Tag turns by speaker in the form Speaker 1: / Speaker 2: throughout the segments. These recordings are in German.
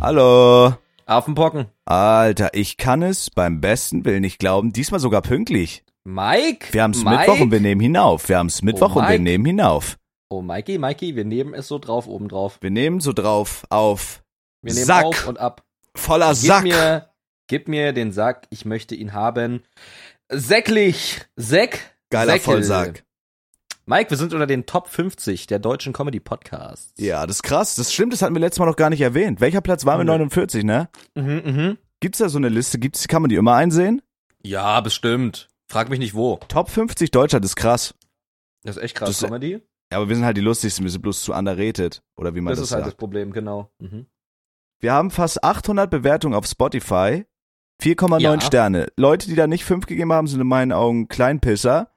Speaker 1: Hallo.
Speaker 2: Affenpocken.
Speaker 1: Alter, ich kann es beim besten Willen nicht glauben. Diesmal sogar pünktlich.
Speaker 2: Mike?
Speaker 1: Wir haben's
Speaker 2: Mike? Oh,
Speaker 1: Mittwoch und wir ne- nehmen hinauf. Wir haben's Mittwoch und wir
Speaker 2: Mike.
Speaker 1: nehmen hinauf.
Speaker 2: Oh, Mikey, Mikey, wir nehmen es so drauf, oben drauf.
Speaker 1: Wir nehmen so drauf auf
Speaker 2: Wir nehmen
Speaker 1: Sack.
Speaker 2: auf und ab.
Speaker 1: voller
Speaker 2: Gib
Speaker 1: Sack.
Speaker 2: mir, gib mir den Sack, ich möchte ihn haben. Säcklich. Säck.
Speaker 1: Geiler
Speaker 2: Säckel.
Speaker 1: Vollsack.
Speaker 2: Mike, wir sind unter den Top 50 der deutschen Comedy Podcasts.
Speaker 1: Ja, das ist krass. Das stimmt, das hatten wir letztes Mal noch gar nicht erwähnt. Welcher Platz waren wir?
Speaker 2: Nö.
Speaker 1: 49, ne?
Speaker 2: Mhm, mhm.
Speaker 1: Gibt's da so eine Liste? Gibt's, kann man die immer einsehen?
Speaker 2: Ja, bestimmt. Frag mich nicht wo.
Speaker 1: Top 50 Deutschland ist krass.
Speaker 2: Das ist echt krass,
Speaker 1: Das-
Speaker 2: Comedy.
Speaker 1: Ja, aber wir sind halt die lustigsten, wir sind bloß zu underrated. Oder wie man
Speaker 2: Das
Speaker 1: das,
Speaker 2: ist halt das
Speaker 1: sagt.
Speaker 2: Problem, genau. Mhm.
Speaker 1: Wir haben fast 800 Bewertungen auf Spotify. 4,9
Speaker 2: Ja.
Speaker 1: Sterne. Leute, die da nicht 5 gegeben haben, sind in meinen Augen Kleinpisser.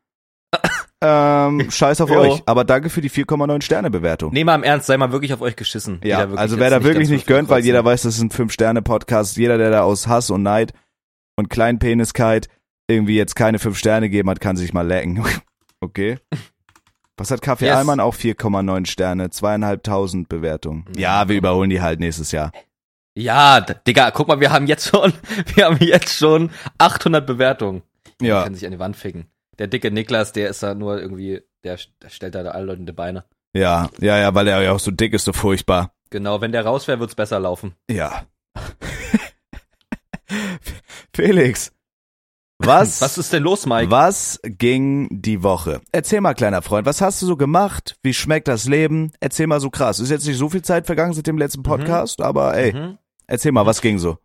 Speaker 1: ähm, scheiß auf
Speaker 2: Jo.
Speaker 1: euch. Aber danke für die 4,9 Sterne Bewertung.
Speaker 2: Nee, mal im Ernst, sei mal wirklich auf euch geschissen. die
Speaker 1: ja,
Speaker 2: da wirklich
Speaker 1: also
Speaker 2: jetzt
Speaker 1: wer da wirklich
Speaker 2: ganz
Speaker 1: nicht
Speaker 2: fünf
Speaker 1: gönnt, weil
Speaker 2: kotzen.
Speaker 1: jeder weiß, das ist ein 5-Sterne-Podcast. Jeder, der da aus Hass und Neid und Kleinpeniskeit irgendwie jetzt keine 5 Sterne gegeben hat, kann sich mal lecken. okay. Was hat Kaffee
Speaker 2: Yes.
Speaker 1: Allmann? Auch 4,9 Sterne, zweieinhalbtausend Bewertungen. Ja, wir überholen die halt nächstes Jahr.
Speaker 2: Ja, d- Digga, guck mal, wir haben jetzt schon, wir haben jetzt schon 800 Bewertungen.
Speaker 1: Ja.
Speaker 2: Kann sich an die Wand ficken. Der dicke Niklas, der ist da nur irgendwie, der, der stellt da alle Leute in die Beine.
Speaker 1: Ja, ja, ja, weil er ja auch so dick ist, so furchtbar.
Speaker 2: Genau, wenn der raus wäre, wird's besser laufen.
Speaker 1: Ja. Felix, was,
Speaker 2: Was ist denn los, Mike?
Speaker 1: was ging die Woche? Erzähl mal, kleiner Freund, was hast du so gemacht? Wie schmeckt das Leben? Erzähl mal so krass. Ist jetzt nicht so viel Zeit vergangen seit dem letzten Podcast, aber ey,
Speaker 2: Mhm.
Speaker 1: erzähl mal, was ging so?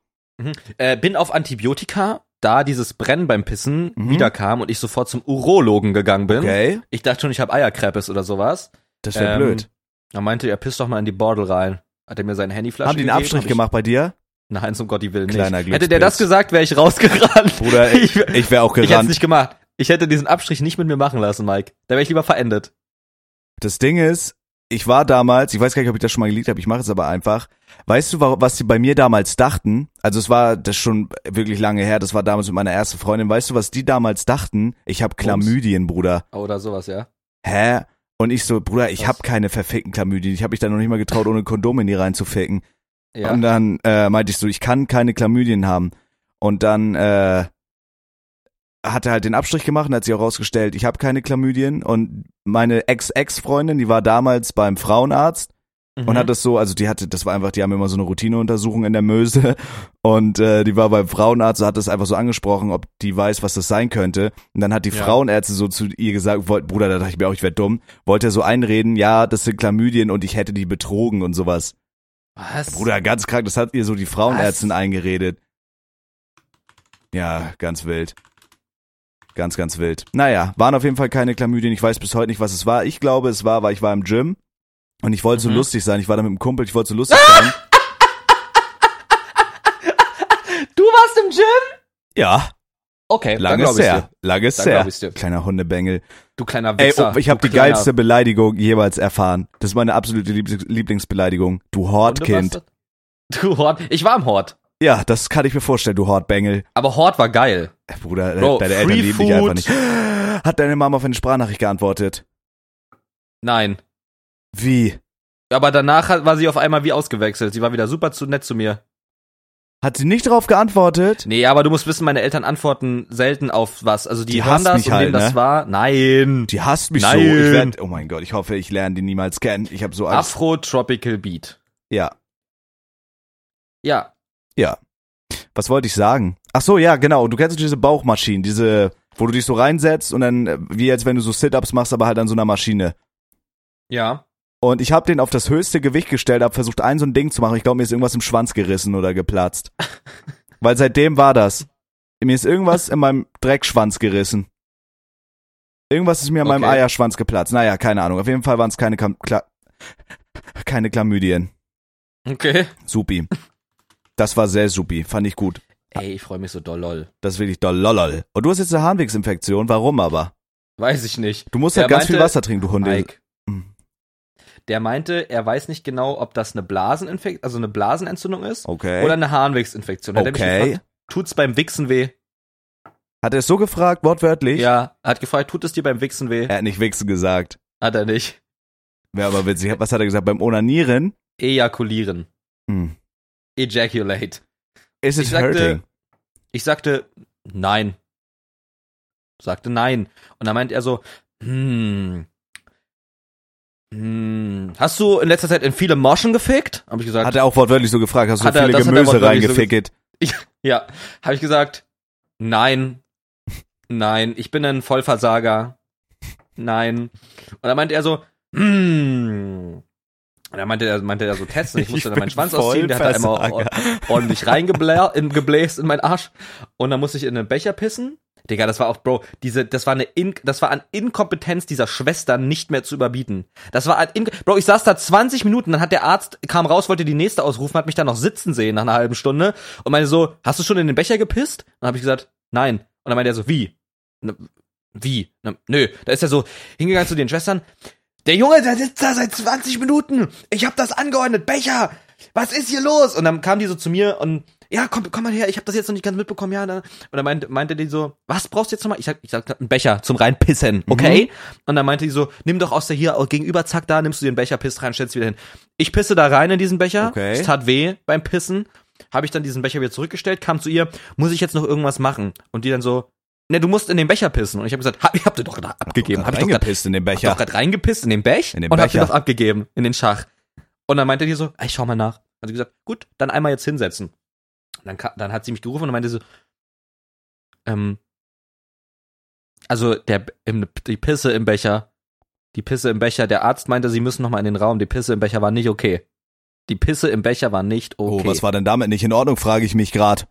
Speaker 2: Äh, bin auf Antibiotika, da dieses Brennen beim Pissen
Speaker 1: Mhm.
Speaker 2: wiederkam und ich sofort zum Urologen gegangen bin.
Speaker 1: Okay,
Speaker 2: Ich dachte schon, ich habe Eierkrebs oder sowas.
Speaker 1: das wäre
Speaker 2: Ähm,
Speaker 1: blöd.
Speaker 2: Er meinte, er pisst doch mal in die Bordel rein. Hat er mir sein Handyflaschen
Speaker 1: Haben die einen
Speaker 2: gegeben,
Speaker 1: Abstrich
Speaker 2: hab ich-
Speaker 1: gemacht bei dir?
Speaker 2: Nein, zum Gott, die will nicht.
Speaker 1: Kleiner
Speaker 2: Hätte der das
Speaker 1: Glückspilz.
Speaker 2: gesagt, wäre ich rausgerannt.
Speaker 1: Bruder, ich,
Speaker 2: ich,
Speaker 1: ich wäre auch
Speaker 2: Ich hätte es
Speaker 1: gerannt.
Speaker 2: nicht gemacht. Ich hätte diesen Abstrich nicht mit mir machen lassen, Mike. Da wäre ich lieber verendet.
Speaker 1: Das Ding ist, ich war damals, ich weiß gar nicht, ob ich das schon mal geleakt habe, ich mache es aber einfach. Weißt du, wa- was sie bei mir damals dachten? Also es war das schon wirklich lange her, das war damals mit meiner ersten Freundin. Weißt du, was die damals dachten? Ich habe Chlamydien, Bruder.
Speaker 2: Oder sowas, ja.
Speaker 1: Hä? Und ich so, Bruder, ich
Speaker 2: Was?
Speaker 1: habe keine verfickten Chlamydien. Ich habe mich da noch nicht mal getraut, ohne Kondom in die reinzuficken.
Speaker 2: Ja.
Speaker 1: Und dann äh, meinte ich so, ich kann keine Chlamydien haben. Und dann äh, hat er halt den Abstrich gemacht und hat sich auch rausgestellt, ich habe keine Chlamydien. Und meine Ex-Ex-Freundin, die war damals beim Frauenarzt
Speaker 2: Mhm.
Speaker 1: und hat das so, also die hatte, das war einfach, die haben immer so eine Routineuntersuchung in der Möse und äh, die war beim Frauenarzt, hat das einfach so angesprochen, ob die weiß, was das sein könnte. Und dann hat die
Speaker 2: Ja.
Speaker 1: Frauenärzte so zu ihr gesagt, wollt, Bruder, da dachte ich mir auch, ich wär dumm, wollte er so einreden, ja, das sind Chlamydien und ich hätte die betrogen und sowas.
Speaker 2: Was?
Speaker 1: Bruder, ganz krank, das hat ihr so die Frauenärztin
Speaker 2: Was?
Speaker 1: eingeredet. Ja, ganz wild. Ganz, ganz wild. Naja, waren auf jeden Fall keine Chlamydien. Ich weiß bis heute nicht, was es war. Ich glaube, es war, weil ich war im Gym und ich wollte so
Speaker 2: Mhm. Ah!
Speaker 1: lustig sein. Ich war da mit einem Kumpel, ich wollte so lustig sein.
Speaker 2: Du warst im Gym?
Speaker 1: Ja,
Speaker 2: Okay, dann
Speaker 1: lange
Speaker 2: glaub
Speaker 1: ist
Speaker 2: ich's
Speaker 1: her.
Speaker 2: dir.
Speaker 1: Lange ist
Speaker 2: Dann
Speaker 1: her.
Speaker 2: glaub ich's dir.
Speaker 1: Kleiner Hundebengel.
Speaker 2: Du kleiner
Speaker 1: Ey,
Speaker 2: Wichser.
Speaker 1: oh, ich habe
Speaker 2: du
Speaker 1: die
Speaker 2: kleiner
Speaker 1: geilste Beleidigung jeweils erfahren. Das ist meine absolute Lieblings Lieblingsbeleidigung. Du Hortkind.
Speaker 2: Hundebastard. Du Hort. Ich war im Hort.
Speaker 1: Ja, das kann ich mir vorstellen, du Hortbengel.
Speaker 2: Aber Hort war geil.
Speaker 1: Bruder,
Speaker 2: Bro,
Speaker 1: deine Eltern
Speaker 2: Free
Speaker 1: lieben dich einfach
Speaker 2: Food.
Speaker 1: nicht. Hat deine Mama auf eine Sprachnachricht geantwortet?
Speaker 2: Nein.
Speaker 1: Wie?
Speaker 2: Aber danach hat- war sie auf einmal wie ausgewechselt. Sie war wieder super zu nett zu mir.
Speaker 1: Hat sie nicht darauf geantwortet?
Speaker 2: Nee, aber du musst wissen, meine Eltern antworten selten auf was. Also die,
Speaker 1: Die hassen
Speaker 2: hören das
Speaker 1: mich
Speaker 2: und
Speaker 1: halt,
Speaker 2: nehmen das
Speaker 1: ne?
Speaker 2: wahr. Nein.
Speaker 1: Die hasst mich so.
Speaker 2: Nein.
Speaker 1: Ich werd, oh mein Gott, ich hoffe, ich lerne die niemals kennen. Ich habe so Angst.
Speaker 2: Afro Tropical Beat.
Speaker 1: Ja.
Speaker 2: Ja.
Speaker 1: Was wollte ich sagen? Ach so, ja, genau. Du kennst diese Bauchmaschinen, diese, wo du dich so reinsetzt und dann, äh, wie jetzt, wenn du so Sit-Ups machst, aber halt an so einer Maschine.
Speaker 2: Ja.
Speaker 1: Und ich habe den auf das höchste Gewicht gestellt, habe versucht, ein so ein Ding zu machen. Ich glaube, mir ist irgendwas im Schwanz gerissen oder geplatzt. Weil seitdem war das. Mir ist irgendwas in meinem Dreckschwanz gerissen. Irgendwas ist mir an meinem
Speaker 2: Okay.
Speaker 1: Eierschwanz geplatzt. Naja, keine Ahnung. Auf jeden Fall waren es keine, Kam- Kla keine Chlamydien.
Speaker 2: Okay.
Speaker 1: Supi. Das war sehr supi. Fand ich gut.
Speaker 2: Ey, ich freue mich so doll, lol.
Speaker 1: Das ist wirklich doll. Lolol. Und du hast jetzt eine Harnwegsinfektion. Warum aber?
Speaker 2: Weiß ich nicht.
Speaker 1: Du musst
Speaker 2: Der
Speaker 1: halt ganz viel
Speaker 2: meinte-
Speaker 1: Wasser trinken, du Hunde.
Speaker 2: Mike.
Speaker 1: Mhm.
Speaker 2: Der meinte, er weiß nicht genau, ob das eine Blaseninfektion, also eine Blasenentzündung ist
Speaker 1: Okay.
Speaker 2: oder eine Harnwegsinfektion. Hat er mich
Speaker 1: Okay.
Speaker 2: gefragt, tut's beim Wichsen weh?
Speaker 1: Hat er es so gefragt, wortwörtlich?
Speaker 2: Ja, er hat gefragt, tut es dir beim Wichsen weh?
Speaker 1: Er hat nicht Wichsen gesagt.
Speaker 2: Hat er nicht.
Speaker 1: Wäre aber witzig. Was hat er gesagt? Beim Onanieren?
Speaker 2: Ejakulieren.
Speaker 1: Hm.
Speaker 2: ejaculate.
Speaker 1: Is it
Speaker 2: Ich sagte-
Speaker 1: hurting?
Speaker 2: Ich sagte, nein. Sagte nein. Und dann meint er so, hm. Hm. Hast du in letzter Zeit in viele Moschen gefickt? Habe ich gesagt.
Speaker 1: Hat er auch wortwörtlich so gefragt, hast du
Speaker 2: Hat er-
Speaker 1: viele
Speaker 2: das hat er
Speaker 1: Gemüse
Speaker 2: wortwörtlich so ge-
Speaker 1: reingefickelt?
Speaker 2: Ja, habe ich gesagt, nein, nein, ich bin ein Vollversager, nein. Und dann meinte er so, hm. Und dann meinte er, meinte er so, testen, ich musste dann meinen Schwanz ausziehen, der hat da einmal or- ordentlich reingebläst in meinen Arsch. Und dann musste ich in einen Becher pissen. Digga, das war auch, Bro, diese, das war eine, in, das war an Inkompetenz dieser Schwestern nicht mehr zu überbieten. Das war an, in, Bro, ich saß da 20 Minuten, dann hat der Arzt, kam raus, wollte die nächste ausrufen, hat mich dann noch sitzen sehen nach einer halben Stunde und meinte so, hast du schon in den Becher gepisst? Und dann habe ich gesagt, nein. Und dann meinte er so, wie? Na, Wie? Na, nö, da ist er so hingegangen zu den Schwestern. Der Junge, der sitzt da seit 20 Minuten. Ich hab das angeordnet. Becher, was ist hier los? Und dann kam die so zu mir und ja, komm, komm mal her. Ich hab das jetzt noch nicht ganz mitbekommen. Ja, na. und dann meinte, meinte die so, was brauchst du jetzt nochmal? Ich sag, ich sag, einen Becher zum reinpissen, okay? Und dann meinte die so, nimm doch aus der hier aus- gegenüber, zack, da nimmst du den Becher, pisst rein, stellst wieder hin. Ich pisse da rein in diesen Becher.
Speaker 1: Okay.
Speaker 2: Es tat weh beim Pissen. Habe ich dann diesen Becher wieder zurückgestellt, kam zu ihr, muss ich jetzt noch irgendwas machen? Und die dann so, ne, du musst in den Becher pissen. Und ich habe gesagt, hab, habt ihr doch gerade abgegeben, hab ich doch grad
Speaker 1: reingepisst in den
Speaker 2: ich hab
Speaker 1: Becher.
Speaker 2: doch gerade reingepisst in den Bech
Speaker 1: In den
Speaker 2: und hab sie
Speaker 1: Becher.
Speaker 2: doch abgegeben in den Schach. Und dann meinte die so, "Ah, ich schau mal nach. Also gesagt, gut, dann einmal jetzt hinsetzen. Und dann, ka- dann hat sie mich gerufen und meinte so, ähm, also der im, die Pisse im Becher, die Pisse im Becher, der Arzt meinte, sie müssen noch mal in den Raum. Die Pisse im Becher war nicht okay. Die Pisse im Becher war nicht okay.
Speaker 1: Oh, was war denn damit nicht in Ordnung, frage ich mich grad.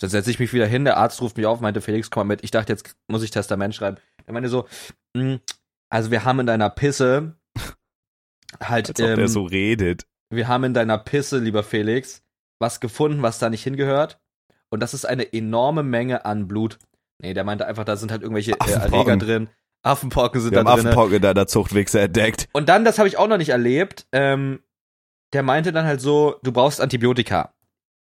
Speaker 2: Dann setze ich mich wieder hin, der Arzt ruft mich auf, meinte Felix, komm mal mit. Ich dachte, jetzt muss ich Testament schreiben. Er meinte so, "Mm, also wir haben in deiner Pisse halt, ähm,
Speaker 1: redet.
Speaker 2: wir haben in deiner Pisse, lieber Felix, was gefunden, was da nicht hingehört. Und das ist eine enorme Menge an Blut. Nee, der meinte einfach, da sind halt irgendwelche äh, Erreger
Speaker 1: Affenpocken.
Speaker 2: drin. Affenpocken sind
Speaker 1: Wir haben
Speaker 2: da drin.
Speaker 1: Affenpocken in deiner Zuchtwichse entdeckt.
Speaker 2: Und dann, das habe ich auch noch nicht erlebt, ähm, der meinte dann halt so, du brauchst Antibiotika.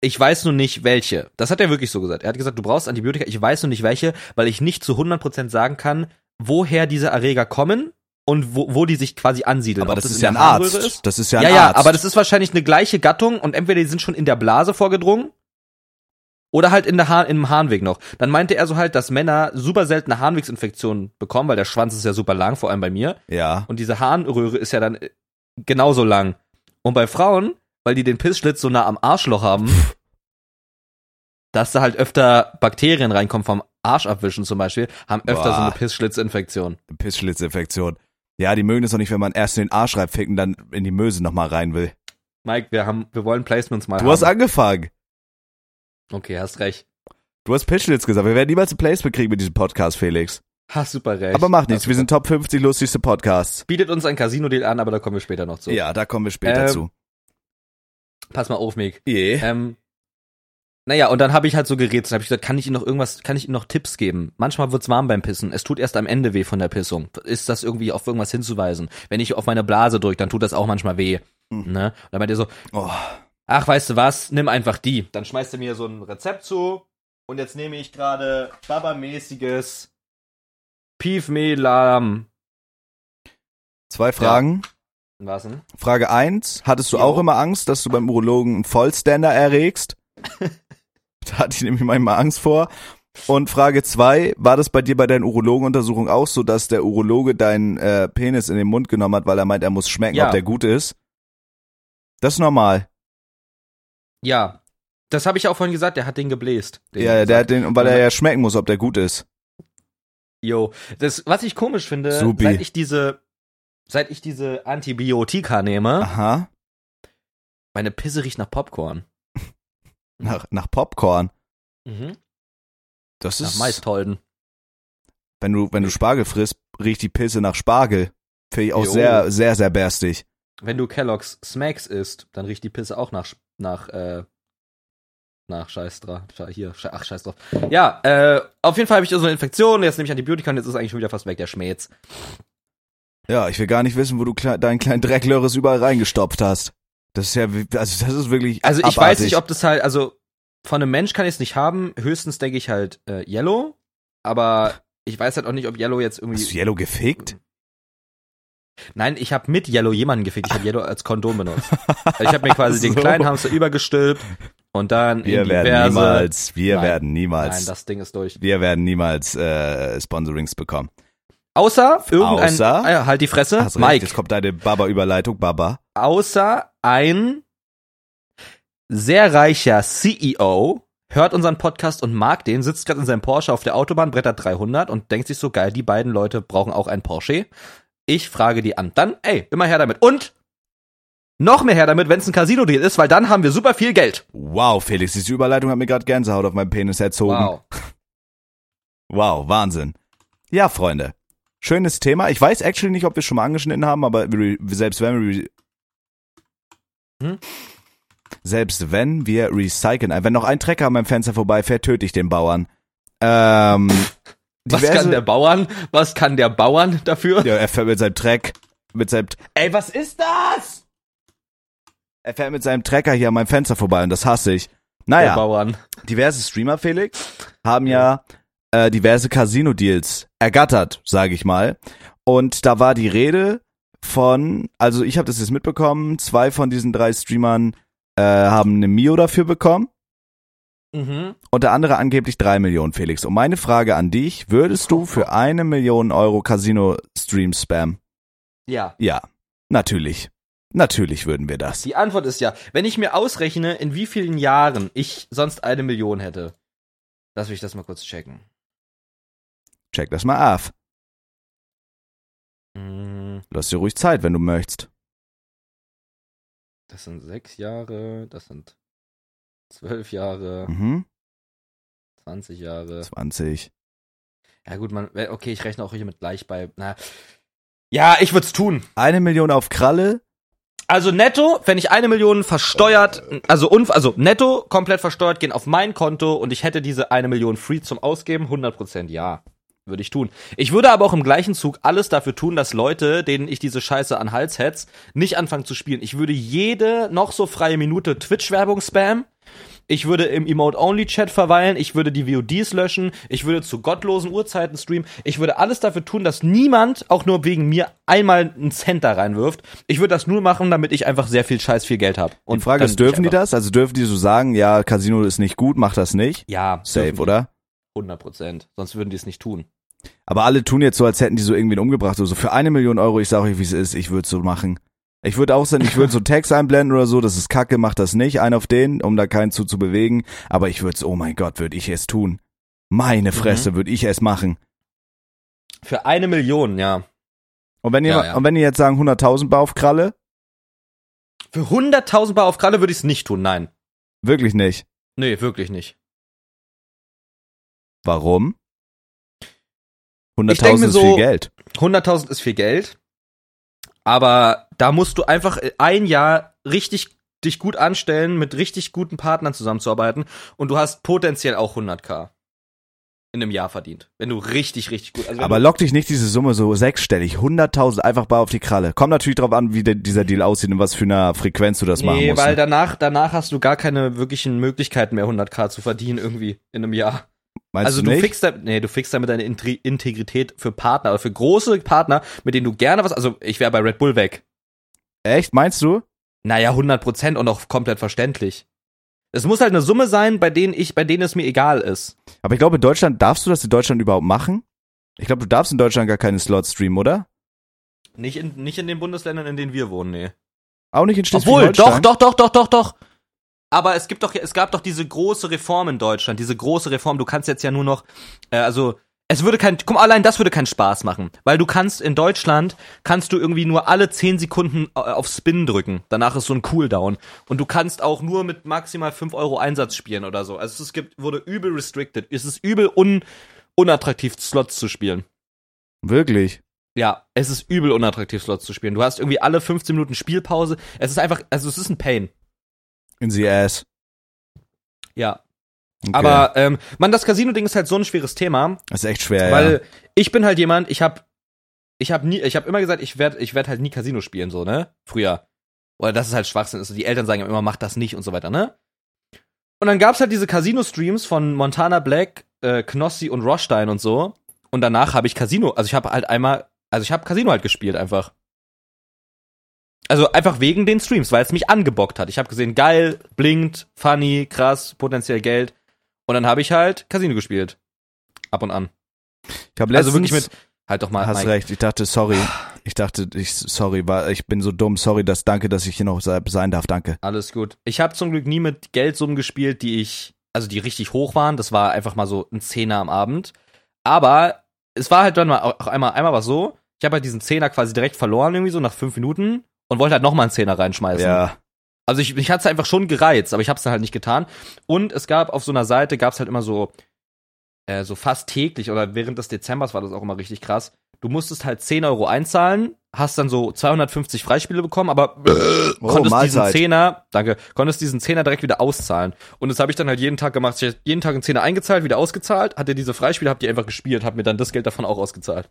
Speaker 2: Ich weiß nur nicht welche. Das hat er wirklich so gesagt. Er hat gesagt, du brauchst Antibiotika, ich weiß nur nicht welche, weil ich nicht zu 100% sagen kann, woher diese Erreger kommen und wo, wo die sich quasi ansiedeln.
Speaker 1: Aber
Speaker 2: Genau, Ob
Speaker 1: das, ist
Speaker 2: in
Speaker 1: ja ein
Speaker 2: der Harnröhre
Speaker 1: Arzt. Das ist ja ein
Speaker 2: ja, ja,
Speaker 1: Arzt.
Speaker 2: aber das ist wahrscheinlich eine gleiche Gattung und entweder die sind schon in der Blase vorgedrungen oder halt in der Hahn, im Harnweg noch. Dann meinte er so halt, dass Männer super seltene Harnwegsinfektionen bekommen, weil der Schwanz ist ja super lang, vor allem bei mir.
Speaker 1: ja.
Speaker 2: Und diese Harnröhre ist ja dann äh, genauso lang. Und bei Frauen, weil die den Pissschlitz so nah am Arschloch haben, dass da halt öfter Bakterien reinkommen vom Arsch abwischen zum Beispiel, haben öfter so eine
Speaker 1: Boah.
Speaker 2: Pissschlitzinfektion.
Speaker 1: Pissschlitzinfektion. Ja, die mögen das doch nicht, wenn man erst in den Arsch reinfickt und dann in die Möse nochmal rein will.
Speaker 2: Mike, wir haben, wir wollen Placements mal
Speaker 1: Du
Speaker 2: haben.
Speaker 1: hast angefangen.
Speaker 2: okay, hast recht.
Speaker 1: Du hast Pissschlitz gesagt. Wir werden niemals ein Placement kriegen mit diesem Podcast, Felix.
Speaker 2: Hast super recht.
Speaker 1: Aber macht
Speaker 2: Hast
Speaker 1: nichts. Wir
Speaker 2: super-
Speaker 1: sind Top 50 lustigste Podcasts.
Speaker 2: Bietet uns ein Casino-Deal an, aber da kommen wir später noch zu.
Speaker 1: Ja, da kommen wir später
Speaker 2: Ähm,
Speaker 1: zu.
Speaker 2: Pass mal auf, Mick.
Speaker 1: Yeah.
Speaker 2: Ähm, naja, und dann habe ich halt so gerätselt, habe ich gesagt, kann ich ihm noch irgendwas, kann ich ihm noch Tipps geben? Manchmal wird's warm beim Pissen. Es tut erst am Ende weh von der Pissung. Ist das irgendwie auf irgendwas hinzuweisen? Wenn ich auf meine Blase drücke, dann tut das auch manchmal weh.
Speaker 1: Mhm.
Speaker 2: Ne? Und dann meint er so,
Speaker 1: Oh.
Speaker 2: ach, weißt du was, nimm einfach die. Dann schmeißt er mir so ein Rezept zu und jetzt nehme ich gerade babamäßiges Piefmehlarm.
Speaker 1: Zwei Fragen.
Speaker 2: Was denn?
Speaker 1: Frage eins: Hattest du
Speaker 2: Jo.
Speaker 1: auch immer Angst, dass du beim Urologen einen Vollstander erregst? da hatte ich nämlich manchmal Angst vor. Und Frage zwei: War das bei dir bei deinen Urologenuntersuchungen auch so, dass der Urologe deinen äh, Penis in den Mund genommen hat, weil er meint, er muss schmecken,
Speaker 2: Ja.
Speaker 1: ob der gut ist? Das ist normal.
Speaker 2: Ja. Das habe ich auch vorhin gesagt, der hat den gebläst. Den
Speaker 1: ja, der hat den, weil er
Speaker 2: Ja.
Speaker 1: ja schmecken muss, ob der gut ist.
Speaker 2: Jo, das, was ich komisch finde,
Speaker 1: Supi.
Speaker 2: seit ich diese, seit ich diese Antibiotika nehme,
Speaker 1: Aha.
Speaker 2: meine Pisse riecht nach Popcorn.
Speaker 1: Nach, nach Popcorn.
Speaker 2: Mhm.
Speaker 1: Das
Speaker 2: Nach
Speaker 1: ist,
Speaker 2: Maistolden.
Speaker 1: wenn du, wenn du Spargel frisst, riecht die Pisse nach Spargel. Finde ich auch
Speaker 2: Jo.
Speaker 1: sehr, sehr, sehr berstig.
Speaker 2: Wenn du Kellogg's Smacks isst, dann riecht die Pisse auch nach, Sch- nach, äh, nach Scheiß drauf. Hier, Sche- ach, Scheiß drauf. Ja, äh, auf jeden Fall habe ich so eine Infektion, jetzt nehme ich Antibiotika und jetzt ist eigentlich schon wieder fast weg, der Schmähz.
Speaker 1: Ja, ich will gar nicht wissen, wo du kle deinen kleinen Drecklörres überall reingestopft hast. Das ist ja, wie- also das ist wirklich.
Speaker 2: Also ich weiß
Speaker 1: abartig.
Speaker 2: nicht, ob das halt, also von einem Mensch kann ich es nicht haben, höchstens denke ich halt äh, Yellow, aber ich weiß halt auch nicht, ob Yellow jetzt irgendwie...
Speaker 1: Hast du Yellow gefickt?
Speaker 2: Nein, ich habe mit Yellow jemanden gefickt. Ich habe Yellow als Kondom benutzt. Ich habe mir quasi den
Speaker 1: So.
Speaker 2: kleinen Hamster übergestülpt Und dann
Speaker 1: Wir
Speaker 2: in
Speaker 1: werden
Speaker 2: diverse-
Speaker 1: niemals, wir
Speaker 2: Nein.
Speaker 1: werden
Speaker 2: Nein,
Speaker 1: niemals,
Speaker 2: das Ding ist durch.
Speaker 1: wir werden niemals äh, Sponsorings bekommen.
Speaker 2: Außer irgendein
Speaker 1: Außer-
Speaker 2: Ah ja, halt die Fresse,
Speaker 1: Hast recht,
Speaker 2: Mike.
Speaker 1: Jetzt kommt deine Baba-Überleitung, Baba.
Speaker 2: Außer ein sehr reicher CEO hört unseren Podcast und mag den, sitzt gerade in seinem Porsche auf der Autobahn, brettert 300 und denkt sich so geil, die beiden Leute brauchen auch einen Porsche. Ich frage die an. Dann, ey, immer her damit. Und noch mehr her damit, wenn es ein Casino-Deal ist, weil dann haben wir super viel Geld.
Speaker 1: Wow, Felix, diese Überleitung hat mir gerade Gänsehaut auf meinem Penis erzogen. Wow, Wahnsinn. Ja, Freunde. Schönes Thema. Ich weiß actually nicht, ob wir es schon mal angeschnitten haben, aber wir- selbst wenn wir. re-
Speaker 2: Hm?
Speaker 1: Selbst wenn wir recyceln, äh, wenn noch ein Trecker an meinem Fenster vorbeifährt, töte ich den Bauern. Ähm,
Speaker 2: Was
Speaker 1: diverse-
Speaker 2: kann der Bauern? Was kann der Bauern dafür?
Speaker 1: ja, er fährt mit seinem Treck, mit seinem. Ey, was ist das? Er fährt mit seinem Trecker hier an meinem Fenster vorbei und das hasse ich.
Speaker 2: Der
Speaker 1: Naja,
Speaker 2: Bauern.
Speaker 1: diverse Streamer, Felix, haben ja äh, diverse Casino-Deals ergattert, sage ich mal. Und da war die Rede von, also ich habe das jetzt mitbekommen, zwei von diesen drei Streamern äh, haben eine Mio dafür bekommen
Speaker 2: Mhm.
Speaker 1: und der andere angeblich drei Millionen, Felix. Und meine Frage an dich, würdest du für eine Million Euro Casino-Stream spam?
Speaker 2: Ja.
Speaker 1: Ja, natürlich. Natürlich würden wir das.
Speaker 2: Die Antwort ist ja, wenn ich mir ausrechne, in wie vielen Jahren ich sonst eine Million hätte. Lass mich das mal kurz checken.
Speaker 1: Check das mal auf.
Speaker 2: Mm,
Speaker 1: Lass dir ruhig Zeit, wenn du möchtest.
Speaker 2: Das sind sechs Jahre, das sind zwölf Jahre,
Speaker 1: Mhm.
Speaker 2: 20 Jahre.
Speaker 1: 20.
Speaker 2: Ja gut, man, okay, ich rechne auch hier mit gleich bei. Na, ja, ich würde es tun.
Speaker 1: Eine Million auf Kralle,
Speaker 2: Also netto, wenn ich eine Million versteuert, also un, also netto komplett versteuert gehen auf mein Konto und ich hätte diese eine Million free zum Ausgeben, 100% ja, würde ich tun. Ich würde aber auch im gleichen Zug alles dafür tun, dass Leute, denen ich diese Scheiße an Hals hetz, nicht anfangen zu spielen. Ich würde jede noch so freie Minute Twitch-Werbung spammen. Ich würde im Emote-Only-Chat verweilen. Ich würde die VODs löschen. Ich würde zu gottlosen Uhrzeiten streamen. Ich würde alles dafür tun, dass niemand auch nur wegen mir einmal einen Cent da reinwirft. Ich würde das nur machen, damit ich einfach sehr viel Scheiß viel Geld habe.
Speaker 1: Die Frage ist, dürfen die das? Also dürfen die so sagen, ja, Casino ist nicht gut, mach das nicht?
Speaker 2: Ja,
Speaker 1: Safe, oder?
Speaker 2: 100 Prozent. Sonst würden die es nicht tun.
Speaker 1: Aber alle tun jetzt so, als hätten die so irgendwen umgebracht oder so. Für eine Million Euro, ich sage euch, wie es ist, ich würde so machen. Ich würde auch sagen, ich würde so einen Text einblenden oder so, das ist kacke, mach das nicht, ein auf den, um da keinen zu zu bewegen. Aber ich würde oh mein Gott, würde ich es tun. Meine
Speaker 2: Mhm.
Speaker 1: Fresse, würde ich es machen.
Speaker 2: Für eine Million, ja.
Speaker 1: Und wenn ihr,
Speaker 2: Ja, ja.
Speaker 1: und wenn ihr jetzt sagen 100.000 Bar auf Kralle,
Speaker 2: Für 100.000 Bar auf Kralle würde ich es nicht tun, nein.
Speaker 1: wirklich nicht.
Speaker 2: Nee, wirklich nicht.
Speaker 1: Warum?
Speaker 2: Ich
Speaker 1: 100.000
Speaker 2: denk mir
Speaker 1: ist
Speaker 2: so-
Speaker 1: viel Geld.
Speaker 2: 100.000 ist viel Geld, aber da musst du einfach äh, ein Jahr richtig dich gut anstellen, mit richtig guten Partnern zusammenzuarbeiten und du hast potenziell auch 100k in einem Jahr verdient. Wenn du richtig, richtig gut. Also wenn
Speaker 1: Aber
Speaker 2: du,
Speaker 1: lock dich nicht diese Summe so sechsstellig, 100.000 einfach bar auf die Kralle. Kommt natürlich drauf an, wie der, dieser Deal aussieht und was für eine Frequenz du das machen
Speaker 2: nee,
Speaker 1: musst.
Speaker 2: weil
Speaker 1: ne?
Speaker 2: danach, danach hast du gar keine wirklichen Möglichkeiten mehr 100k zu verdienen irgendwie in einem Jahr.
Speaker 1: Meinst
Speaker 2: also
Speaker 1: du
Speaker 2: du,
Speaker 1: nicht?
Speaker 2: fixst da, nee, du fixst damit deine Intri- Integrität für Partner, oder für große Partner, mit denen du gerne was, also ich wäre bei Red Bull weg.
Speaker 1: Echt, meinst du?
Speaker 2: Naja, 100 Prozent und auch komplett verständlich. Es muss halt eine Summe sein, bei denen ich, bei denen es mir egal ist.
Speaker 1: Aber ich glaube, in Deutschland, darfst du das in Deutschland überhaupt machen? Ich glaube, du darfst in Deutschland gar keine Slots streamen, oder?
Speaker 2: Nicht in, nicht in den Bundesländern, in denen wir wohnen, nee.
Speaker 1: Auch nicht in
Speaker 2: Obwohl,
Speaker 1: Schleswig-Holstein?
Speaker 2: doch, doch, doch, doch, doch, doch. Aber es gibt doch, es gab doch diese große Reform in Deutschland, diese große Reform. Du kannst jetzt ja nur noch, äh, also es würde kein, guck mal, allein das würde keinen Spaß machen, weil du kannst in Deutschland kannst du irgendwie nur alle 10 Sekunden äh, auf Spin drücken. Danach ist so ein Cooldown und du kannst auch nur mit maximal 5 Euro Einsatz spielen oder so. Also es gibt, wurde übel restricted. Es ist übel un, unattraktiv Slots zu spielen.
Speaker 1: Wirklich?
Speaker 2: Ja, es ist übel unattraktiv Slots zu spielen. Du hast irgendwie alle 15 Minuten Spielpause. Es ist einfach, also es ist ein Pain.
Speaker 1: In the ass.
Speaker 2: Ja,
Speaker 1: Okay.
Speaker 2: aber ähm, man, das Casino-Ding ist halt so ein schweres Thema,
Speaker 1: Das ist echt schwer,
Speaker 2: weil
Speaker 1: ja.
Speaker 2: ich bin halt jemand, ich hab, ich hab nie, ich hab immer gesagt, ich werd, ich werd halt nie Casino spielen, so, ne? Früher. Oder das ist halt Schwachsinn. Also die Eltern sagen ja immer, mach das nicht und so weiter, ne? Und dann gab's halt diese Casino-Streams von Montana Black, äh, Knossi und Rothstein und so. Und danach habe ich Casino, also ich habe halt einmal, also ich habe Casino halt gespielt einfach. Also einfach wegen den Streams, weil es mich angebockt hat. Ich habe gesehen, geil, blinkt, funny, krass, potenziell Geld. Und dann habe ich halt Casino gespielt. Ab und an.
Speaker 1: Ich habe
Speaker 2: Also
Speaker 1: letztens,
Speaker 2: wirklich mit. Halt doch mal.
Speaker 1: hast
Speaker 2: Mike. Ah.
Speaker 1: recht, ich dachte, sorry, ich dachte, ich, sorry, war, ich bin so dumm, sorry, dass, danke, dass ich hier noch se- sein darf, danke.
Speaker 2: Alles gut. Ich habe zum Glück nie mit Geldsummen gespielt, die ich, also die richtig hoch waren. Das war einfach mal so ein Zehner am Abend. Aber es war halt dann mal auch einmal, einmal war es so, ich habe halt diesen Zehner quasi direkt verloren, irgendwie so nach fünf Minuten und wollte halt nochmal einen Zehner reinschmeißen.
Speaker 1: Ja,
Speaker 2: Also ich, ich hatte es einfach schon gereizt, aber ich habe es dann halt nicht getan. Und es gab auf so einer Seite gab es halt immer so äh, so fast täglich oder während des Dezembers war das auch immer richtig krass. Du musstest halt 10 Euro einzahlen, hast dann so 250 Freispiele bekommen, aber konntest diesen
Speaker 1: Mahlzeit.
Speaker 2: Zehner, danke, konntest diesen Zehner direkt wieder auszahlen. Und das habe ich dann halt jeden Tag gemacht. Ich hab jeden Tag einen Zehner eingezahlt, wieder ausgezahlt, hatte diese Freispiele, hab die einfach gespielt, hab mir dann das Geld davon auch ausgezahlt.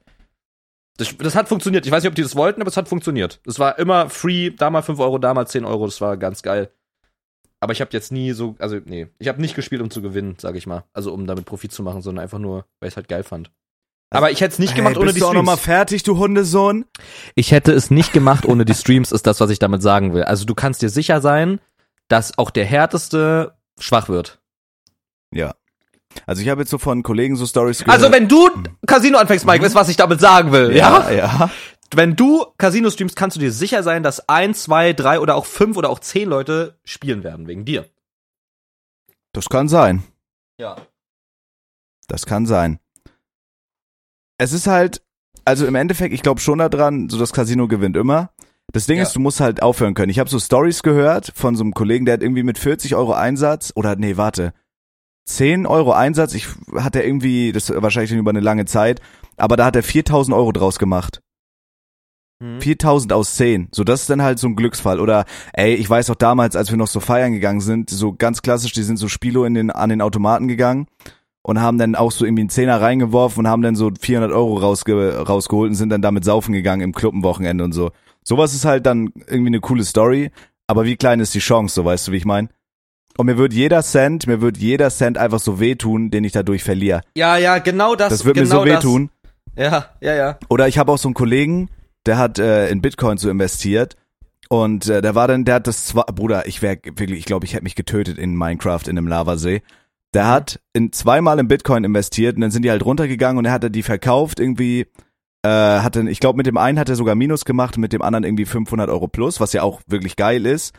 Speaker 2: Das, das hat funktioniert. Ich weiß nicht, ob die das wollten, aber es hat funktioniert. Es war immer free, da mal 5 Euro, da mal 10 Euro, das war ganz geil. Aber ich habe jetzt nie so, also nee, ich habe nicht gespielt, um zu gewinnen, sage ich mal. Also um damit Profit zu machen, sondern einfach nur, weil ich es halt geil fand. Aber ich hätte es nicht gemacht
Speaker 1: hey,
Speaker 2: ohne
Speaker 1: bist
Speaker 2: die
Speaker 1: du auch
Speaker 2: Streams.
Speaker 1: nochmal fertig, du Hundesohn?
Speaker 2: Ich hätte es nicht gemacht ohne die Streams, ist das, was ich damit sagen will. Also du kannst dir sicher sein, dass auch der härteste schwach wird.
Speaker 1: Ja. Also ich habe jetzt so von Kollegen so Stories gehört.
Speaker 2: Also wenn du Casino anfängst, Mike, ist was ich damit sagen will, ja?
Speaker 1: ja, ja.
Speaker 2: Wenn du Casino streamst, kannst du dir sicher sein, dass ein, zwei, drei oder auch fünf oder auch zehn Leute spielen werden wegen dir.
Speaker 1: Das kann sein.
Speaker 2: Ja.
Speaker 1: Das kann sein. Es ist halt, also im Endeffekt, ich glaube schon daran, so das Casino gewinnt immer. Das Ding
Speaker 2: Ja.
Speaker 1: ist, du musst halt aufhören können. Ich habe so Stories gehört von so einem Kollegen, der hat irgendwie mit 40 Euro Einsatz oder nee, warte, 10 Euro Einsatz. Ich hat er irgendwie, das war wahrscheinlich über eine lange Zeit, aber da hat er 4000 Euro draus gemacht.
Speaker 2: Hm?
Speaker 1: Mhm. 4000 aus 10. So, das ist dann halt so ein Glücksfall. Oder, ey, ich weiß auch damals, als wir noch so feiern gegangen sind, so ganz klassisch, die sind so Spilo in den, an den Automaten gegangen und haben dann auch so irgendwie einen Zehner reingeworfen und haben dann so 400 Euro rausge rausgeholt und sind dann damit saufen gegangen im Club am Wochenende und so. Sowas ist halt dann irgendwie eine coole Story, aber wie klein ist die Chance, so weißt du, wie ich meine? Und mir wird jeder Cent, mir wird jeder Cent einfach so wehtun, den ich dadurch verliere.
Speaker 2: Ja, ja, genau das.
Speaker 1: Das wird
Speaker 2: genau
Speaker 1: mir so wehtun.
Speaker 2: Das. Ja, ja, ja.
Speaker 1: Oder ich habe auch so einen Kollegen, der hat äh, in Bitcoin so investiert und äh, der war dann, der hat das zwei, Bruder, ich wär wirklich, ich glaube, ich hätte mich getötet in Minecraft in einem Lavasee. Der hat in zweimal in Bitcoin investiert und dann sind die halt runtergegangen und er hat dann die verkauft irgendwie, äh, hat dann, ich glaube, mit dem einen hat er sogar Minus gemacht, mit dem anderen irgendwie 500 Euro plus, was ja auch wirklich geil ist.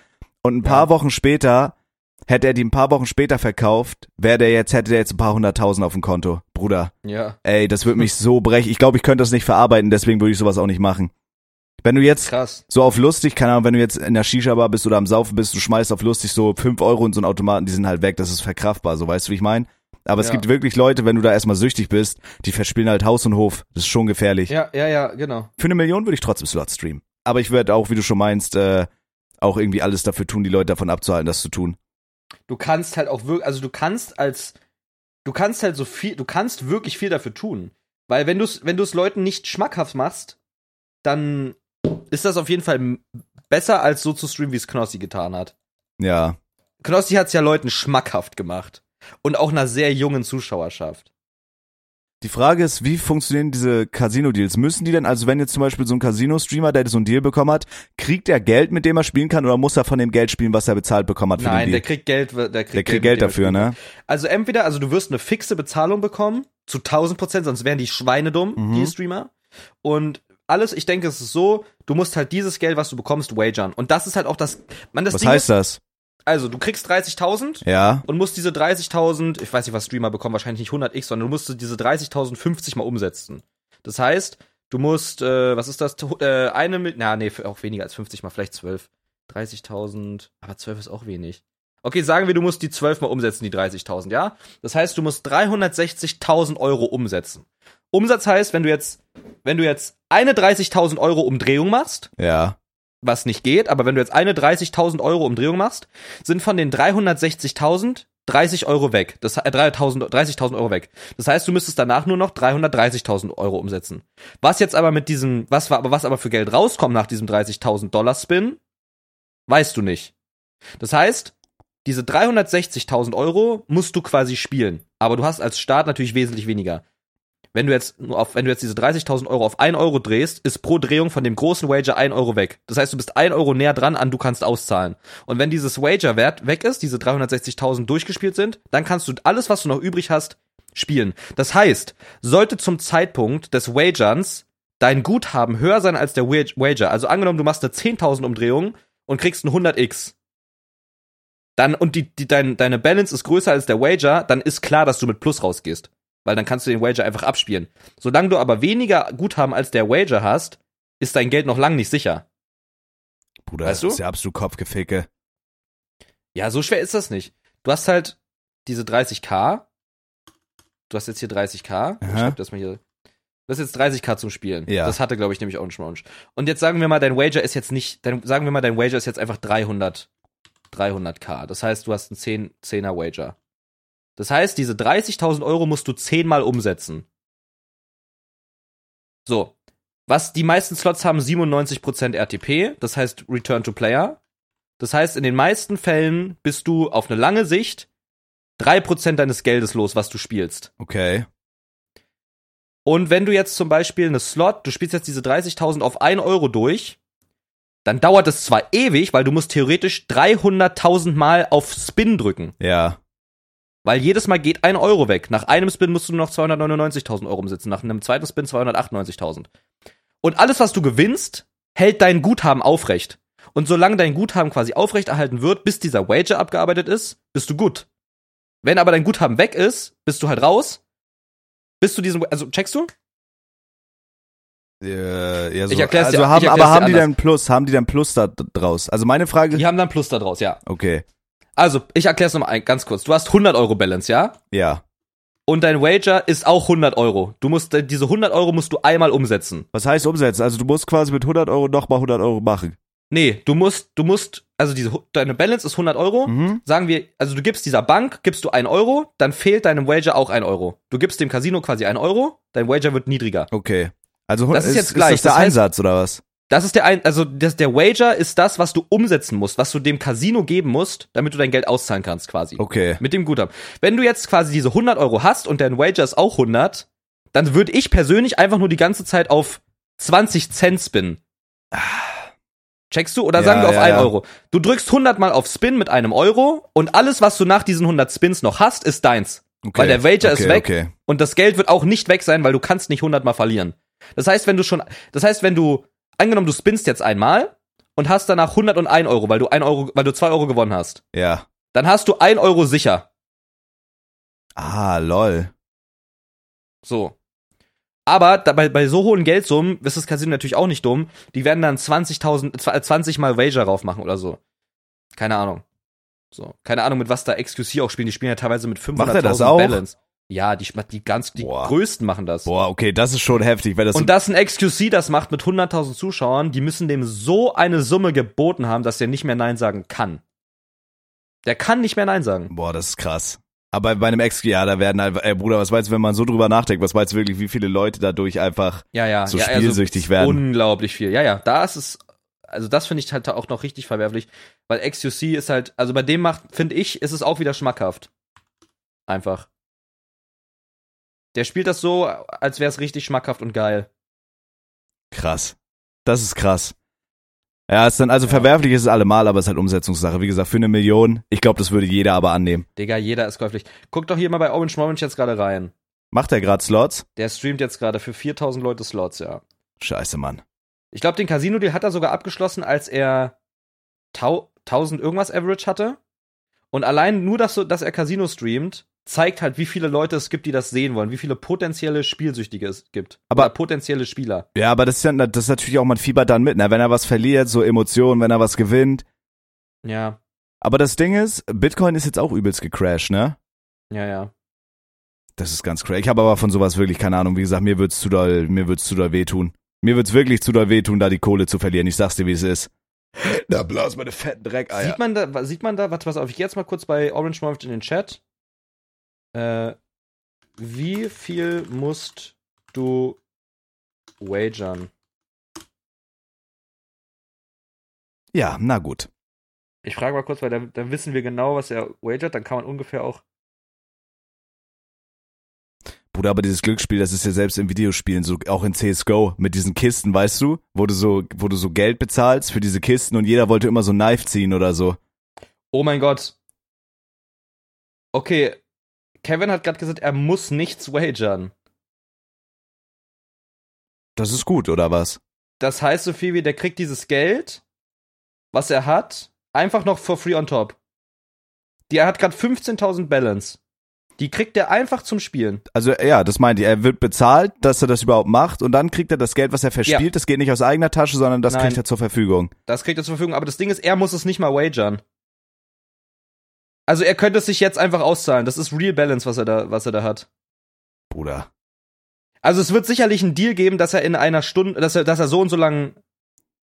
Speaker 1: Und ein paar Wochen später hätte er die ein paar Wochen später verkauft, wäre der jetzt, hätte der jetzt ein paar hunderttausend auf dem Konto, Bruder.
Speaker 2: Ja,
Speaker 1: Ey, das würde mich so brechen. Ich glaube, ich könnte das nicht verarbeiten, deswegen würde ich sowas auch nicht machen. Wenn du jetzt
Speaker 2: krass.
Speaker 1: so auf lustig, keine Ahnung, wenn du jetzt in der Shisha-Bar bist oder am Saufen bist, du schmeißt auf lustig so 5 Euro in so einen Automaten, die sind halt weg, das ist verkraftbar, so weißt du, wie ich meine? Aber es
Speaker 2: Ja.
Speaker 1: gibt wirklich Leute, wenn du da erstmal süchtig bist, die verspielen halt Haus und Hof. Das ist schon gefährlich.
Speaker 2: Ja, ja, ja, genau.
Speaker 1: Für eine Million würde ich trotzdem Slot streamen. Aber ich würde auch, wie du schon meinst, äh, auch irgendwie alles dafür tun, die Leute davon abzuhalten, das zu tun.
Speaker 2: du kannst halt auch wirklich, also du kannst als, du kannst halt so viel, du kannst wirklich viel dafür tun. Weil wenn du es wenn du's Leuten nicht schmackhaft machst, dann ist das auf jeden Fall m- besser als so zu streamen, wie es Knossi getan hat.
Speaker 1: Ja.
Speaker 2: Knossi hat es ja Leuten schmackhaft gemacht. Und auch einer sehr jungen Zuschauerschaft.
Speaker 1: Die Frage ist, wie funktionieren diese Casino-Deals? Müssen die denn, also wenn jetzt zum Beispiel so ein Casino-Streamer, der so einen Deal bekommen hat, kriegt er Geld, mit dem er spielen kann, oder muss er von dem Geld spielen, was er bezahlt bekommen hat für
Speaker 2: Nein,
Speaker 1: den
Speaker 2: der
Speaker 1: Deal?
Speaker 2: kriegt Geld, der kriegt,
Speaker 1: der kriegt
Speaker 2: mit
Speaker 1: Geld
Speaker 2: dem er
Speaker 1: dafür,
Speaker 2: spielt.
Speaker 1: ne?
Speaker 2: Also entweder, also du wirst eine fixe Bezahlung bekommen, zu 1000 Prozent, sonst wären die Schweine dumm,
Speaker 1: Mhm.
Speaker 2: die Streamer. Und alles, ich denke, es ist so, du musst halt dieses Geld, was du bekommst, wagern. Und das ist halt auch das, man, das
Speaker 1: Was
Speaker 2: Ding
Speaker 1: heißt
Speaker 2: ist,
Speaker 1: das?
Speaker 2: also du kriegst 30.000
Speaker 1: Ja.
Speaker 2: und musst diese 30.000, ich weiß nicht, was Streamer bekommen, wahrscheinlich nicht 100x, sondern du musst diese 30.000 50 mal umsetzen. Das heißt, du musst, äh, was ist das, Tu- äh, eine, Mil- na, nee, auch weniger als 50 mal, vielleicht 12. 30.000, aber 12 ist auch wenig. Okay, sagen wir, du musst die 12 mal umsetzen, die 30.000, ja? Das heißt, du musst 360.000 Euro umsetzen. Umsatz heißt, wenn du jetzt, wenn du jetzt eine 30.000 Euro Umdrehung machst,
Speaker 1: Ja.
Speaker 2: was nicht geht, aber wenn du jetzt eine 30.000 Euro Umdrehung machst, sind von den 360.000 30 Euro weg. Das, äh, 3.000 30.000 Euro weg. Das heißt, du müsstest danach nur noch 330.000 Euro umsetzen. Was jetzt aber mit diesem, was, war- was aber für Geld rauskommt nach diesem 30.000 Dollar Spin, weißt du nicht. Das heißt, diese 360.000 Euro musst du quasi spielen. Aber du hast als Staat natürlich wesentlich weniger. wenn du jetzt nur auf, wenn du jetzt diese 30.000 Euro auf 1 Euro drehst, ist pro Drehung von dem großen Wager 1 Euro weg. Das heißt, du bist 1 Euro näher dran an, du kannst auszahlen. Und wenn dieses Wager-Wert weg ist, diese 360.000 durchgespielt sind, dann kannst du alles, was du noch übrig hast, spielen. Das heißt, sollte zum Zeitpunkt des Wagerns dein Guthaben höher sein als der Wage- Wager, also angenommen, du machst eine 10.000 Umdrehung und kriegst ein 100x, dann und die, die dein, deine Balance ist größer als der Wager, dann ist klar, dass du mit Plus rausgehst, weil dann kannst du den Wager einfach abspielen. Solange du aber weniger Guthaben als der Wager hast, ist dein Geld noch lang nicht sicher.
Speaker 1: Bruder,
Speaker 2: Weißt du?
Speaker 1: das ist ja absolut Kopfgeficke.
Speaker 2: Ja, so schwer ist das nicht. Du hast halt diese 30k. Du hast jetzt hier 30k. Ich
Speaker 1: Aha.
Speaker 2: schreib das mal hier. Du hast jetzt 30k zum Spielen.
Speaker 1: Ja.
Speaker 2: Das hatte, glaube ich, nämlich Orange Mounge. Und jetzt sagen wir mal, dein Wager ist jetzt nicht, dein, sagen wir mal, dein Wager ist jetzt einfach 300, 300k. Das heißt, du hast einen 10, 10er Wager. Das heißt, diese 30.000 Euro musst du 10 mal umsetzen. So. Was, die meisten Slots haben 97% RTP. Das heißt, Return to Player. Das heißt, in den meisten Fällen bist du auf eine lange Sicht 3% deines Geldes los, was du spielst.
Speaker 1: Okay.
Speaker 2: Und wenn du jetzt zum Beispiel eine Slot, du spielst jetzt diese 30.000 auf 1 Euro durch, dann dauert es zwar ewig, weil du musst theoretisch 300.000 Mal auf Spin drücken.
Speaker 1: Ja.
Speaker 2: Weil jedes Mal geht ein Euro weg. Nach einem Spin musst du nur noch 299.000 Euro umsetzen. Nach einem zweiten Spin 298.000. Und alles, was du gewinnst, hält dein Guthaben aufrecht. Und solange dein Guthaben quasi aufrechterhalten wird, bis dieser Wager abgearbeitet ist, bist du gut. Wenn aber dein Guthaben weg ist, bist du halt raus. Bist du diesen, also checkst du?
Speaker 1: Äh, ja so.
Speaker 2: Ich erklär's dir-
Speaker 1: also haben,
Speaker 2: ich erklär's
Speaker 1: aber haben
Speaker 2: dir
Speaker 1: die
Speaker 2: anders.
Speaker 1: dann Plus, haben die dann Plus da d- draus? Also meine Frage,
Speaker 2: Die haben dann Plus da draus, ja.
Speaker 1: okay,
Speaker 2: Also, ich erklär's nochmal ein- ganz kurz. Du hast 100 Euro Balance, ja?
Speaker 1: ja.
Speaker 2: Und dein Wager ist auch 100 Euro. Du musst, äh, diese 100 Euro musst du einmal umsetzen.
Speaker 1: Was heißt umsetzen? Also du musst quasi mit 100 Euro nochmal 100 Euro machen.
Speaker 2: Nee, du musst, du musst, also diese, hu- deine Balance ist 100 Euro.
Speaker 1: Mhm.
Speaker 2: Sagen wir, also du gibst dieser Bank, gibst du 1 Euro, dann fehlt deinem Wager auch 1 Euro. Du gibst dem Casino quasi 1 Euro, dein Wager wird niedriger.
Speaker 1: Okay. Also
Speaker 2: Das ist jetzt gleich.
Speaker 1: Ist das der
Speaker 2: Das heißt-
Speaker 1: Einsatz oder was?
Speaker 2: Das ist der ein, also das, der Wager ist das, was du umsetzen musst, was du dem Casino geben musst, damit du dein Geld auszahlen kannst quasi.
Speaker 1: Okay.
Speaker 2: Mit dem Guthaben. Wenn du jetzt quasi diese 100 Euro hast und dein Wager ist auch 100, dann würde ich persönlich einfach nur die ganze Zeit auf 20 Cent spinnen. Checkst du? Oder
Speaker 1: Ja,
Speaker 2: sagen wir auf
Speaker 1: ja,
Speaker 2: 1
Speaker 1: ja.
Speaker 2: Euro. Du drückst 100 mal auf Spin mit einem Euro und alles, was du nach diesen 100 Spins noch hast, ist deins.
Speaker 1: okay.
Speaker 2: Weil der Wager
Speaker 1: okay,
Speaker 2: ist weg
Speaker 1: Okay.
Speaker 2: und das Geld wird auch nicht weg sein, weil du kannst nicht 100 mal verlieren. Das heißt, wenn du schon, das heißt, wenn du, angenommen, du spinnst jetzt einmal und hast danach 101 Euro, weil du 1 Euro, weil du 2 Euro gewonnen hast,
Speaker 1: Ja.
Speaker 2: dann hast du 1 Euro sicher.
Speaker 1: Ah, lol.
Speaker 2: So. Aber da, bei, bei so hohen Geldsummen ist das Casino natürlich auch nicht dumm. Die werden dann 20.000, zw- äh, 20 mal Wager drauf machen oder so. Keine Ahnung. So, keine Ahnung, mit was da XQC auch spielen. Die spielen ja teilweise mit 500.000
Speaker 1: er das auch?
Speaker 2: Balance. Ja, die, die ganz, die
Speaker 1: Boah.
Speaker 2: größten machen das.
Speaker 1: Boah, okay, das ist schon heftig, wenn das
Speaker 2: Und dass ein XQC das macht mit 100.000 Zuschauern, die müssen dem so eine Summe geboten haben, dass der nicht mehr Nein sagen kann. Der kann nicht mehr Nein sagen.
Speaker 1: Boah, das ist krass. Aber bei einem Ex, ja, da werden halt, ey Bruder, was meinst du, wenn man so drüber nachdenkt, was meinst du wirklich, wie viele Leute dadurch einfach
Speaker 2: Ja, ja.
Speaker 1: so
Speaker 2: ja, also-
Speaker 1: spielsüchtig werden?
Speaker 2: Unglaublich viel. Ja, ja, da ist es, also das finde ich halt auch noch richtig verwerflich, weil XQC ist halt, also bei dem macht, finde ich, ist es auch wieder schmackhaft. Einfach. Der spielt das so, als wäre es richtig schmackhaft und geil.
Speaker 1: Krass. Das ist krass. Ja, ist dann, also
Speaker 2: Ja.
Speaker 1: verwerflich ist es allemal, aber es ist halt Umsetzungssache. Wie gesagt, für eine Million, ich glaube, das würde jeder aber annehmen.
Speaker 2: Digga, jeder ist käuflich. Guck doch hier mal bei Orange Moment jetzt gerade rein.
Speaker 1: Macht er gerade Slots?
Speaker 2: Der streamt jetzt gerade für 4000 Leute Slots, ja.
Speaker 1: Scheiße, Mann.
Speaker 2: Ich glaube, den Casino-Deal hat er sogar abgeschlossen, als er tau 1000 irgendwas Average hatte. Und allein nur, dass, so- dass er Casino streamt, zeigt halt, wie viele Leute es gibt, die das sehen wollen, wie viele potenzielle Spielsüchtige es gibt.
Speaker 1: Aber-
Speaker 2: Oder potenzielle Spieler.
Speaker 1: Ja, aber das ist, ja, das ist natürlich auch, man fiebert dann mit, ne? wenn er was verliert, so Emotionen, wenn er was gewinnt.
Speaker 2: Ja,
Speaker 1: Aber das Ding ist, Bitcoin ist jetzt auch übelst gecrashed, ne?
Speaker 2: ja, ja.
Speaker 1: Das ist ganz crazy. Ich habe aber von sowas wirklich keine Ahnung. Wie gesagt, mir wird's zu doll, mir wird's zu doll wehtun. Mir wird's wirklich zu doll wehtun, da die Kohle zu verlieren. Ich sag's dir, wie es ist. Da blas meine fetten Dreckeier.
Speaker 2: Sieht man da, wa- sieht man da, warte, pass auf, ich geh jetzt mal kurz bei Orange Morph in den Chat. Äh, wie viel musst du wagern?
Speaker 1: Ja, na gut.
Speaker 2: Ich frage mal kurz, weil dann, dann wissen wir genau, was er wagert, dann kann man ungefähr auch
Speaker 1: Bruder, aber dieses Glücksspiel, das ist ja selbst in Videospielen so, auch in CSGO, mit diesen Kisten, weißt du, wo du so, wo du so Geld bezahlst für diese Kisten und jeder wollte immer so ein Knife ziehen oder so.
Speaker 2: Oh mein Gott. Okay, Kevin hat gerade gesagt, er muss nichts wagern.
Speaker 1: Das ist gut, oder was?
Speaker 2: Das heißt so viel wie, der kriegt dieses Geld, was er hat, einfach noch for free on top. Die er hat gerade 15.000 Balance. Die kriegt er einfach zum Spielen.
Speaker 1: Also ja, das meint ich. Er wird bezahlt, dass er das überhaupt macht und dann kriegt er das Geld, was er verspielt.
Speaker 2: Ja.
Speaker 1: Das geht nicht aus eigener Tasche, sondern das
Speaker 2: Nein.
Speaker 1: kriegt er zur Verfügung.
Speaker 2: Das kriegt er zur Verfügung. Aber das Ding ist, er muss es nicht mal wagern. Also er könnte es sich jetzt einfach auszahlen. Das ist Real Balance, was er da, was er da hat.
Speaker 1: Bruder.
Speaker 2: Also es wird sicherlich einen Deal geben, dass er in einer Stunde, dass er, dass er so und so lang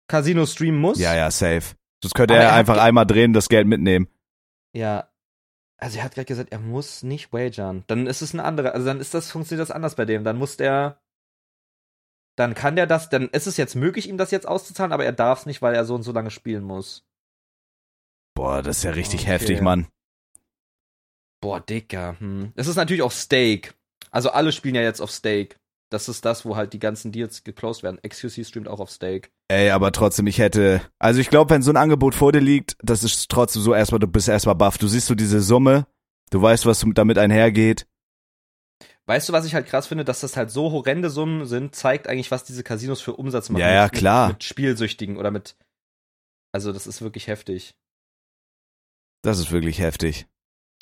Speaker 2: Casino streamen muss.
Speaker 1: Ja, ja, safe. Sonst könnte
Speaker 2: Aber
Speaker 1: er,
Speaker 2: er hat
Speaker 1: einfach
Speaker 2: ge-
Speaker 1: einmal drehen und das Geld mitnehmen.
Speaker 2: Ja. Also er hat gerade gesagt, er muss nicht wagern. Dann ist es ein anderer, also dann ist das, funktioniert das anders bei dem. Dann muss der, dann kann der das, dann ist es jetzt möglich, ihm das jetzt auszuzahlen, aber er darf es nicht, weil er so und so lange spielen muss.
Speaker 1: Boah, das ist ja richtig
Speaker 2: Okay.
Speaker 1: heftig, Mann.
Speaker 2: Boah, Dicker. Hm. Es ist natürlich auch Stake. Also alle spielen ja jetzt auf Stake. Das ist das, wo halt die ganzen Deals geclosed werden. XQC streamt auch auf Stake.
Speaker 1: Ey, aber trotzdem, ich hätte. Also ich glaube, wenn so ein Angebot vor dir liegt, das ist trotzdem so erstmal, du bist erstmal baff. Du siehst so diese Summe, du weißt, was damit einhergeht.
Speaker 2: Weißt du, was ich halt krass finde, dass das halt so horrende Summen sind, zeigt eigentlich, was diese Casinos für Umsatz machen.
Speaker 1: Ja, ja,
Speaker 2: Mit-
Speaker 1: klar.
Speaker 2: Mit, mit Spielsüchtigen oder mit. Also, das ist wirklich heftig.
Speaker 1: Das ist wirklich heftig.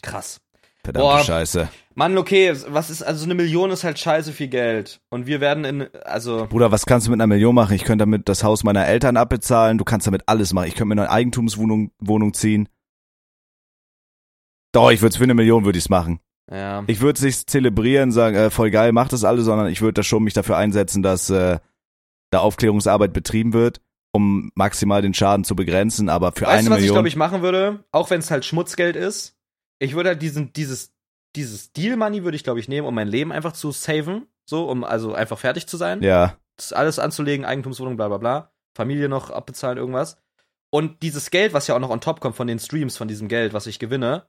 Speaker 2: Krass.
Speaker 1: Verdammte
Speaker 2: Boah.
Speaker 1: Scheiße.
Speaker 2: Mann, okay, was ist, also so eine Million ist halt scheiße viel Geld. Und wir werden in, also,
Speaker 1: Bruder, was kannst du mit einer Million machen? Ich könnte damit das Haus meiner Eltern abbezahlen, du kannst damit alles machen. Ich könnte mir eine Eigentumswohnung Wohnung ziehen. Doch, ich würde es für eine Million würde ich's machen.
Speaker 2: ja.
Speaker 1: Ich würde es nicht zelebrieren, sagen, äh, voll geil, macht das alle, sondern ich würde da schon mich dafür einsetzen, dass äh, da Aufklärungsarbeit betrieben wird, um maximal den Schaden zu begrenzen. Aber für
Speaker 2: weißt
Speaker 1: eine
Speaker 2: du, was ich
Speaker 1: Million,
Speaker 2: glaube ich machen würde? Auch wenn es halt Schmutzgeld ist. Ich würde halt diesen, dieses, dieses Deal Money würde ich glaube ich nehmen, um mein Leben einfach zu saven. So, um also einfach fertig zu sein.
Speaker 1: ja,
Speaker 2: das alles anzulegen, Eigentumswohnung, bla bla bla, Familie noch abbezahlen, irgendwas. Und dieses Geld, was ja auch noch on top kommt von den Streams, von diesem Geld, was ich gewinne,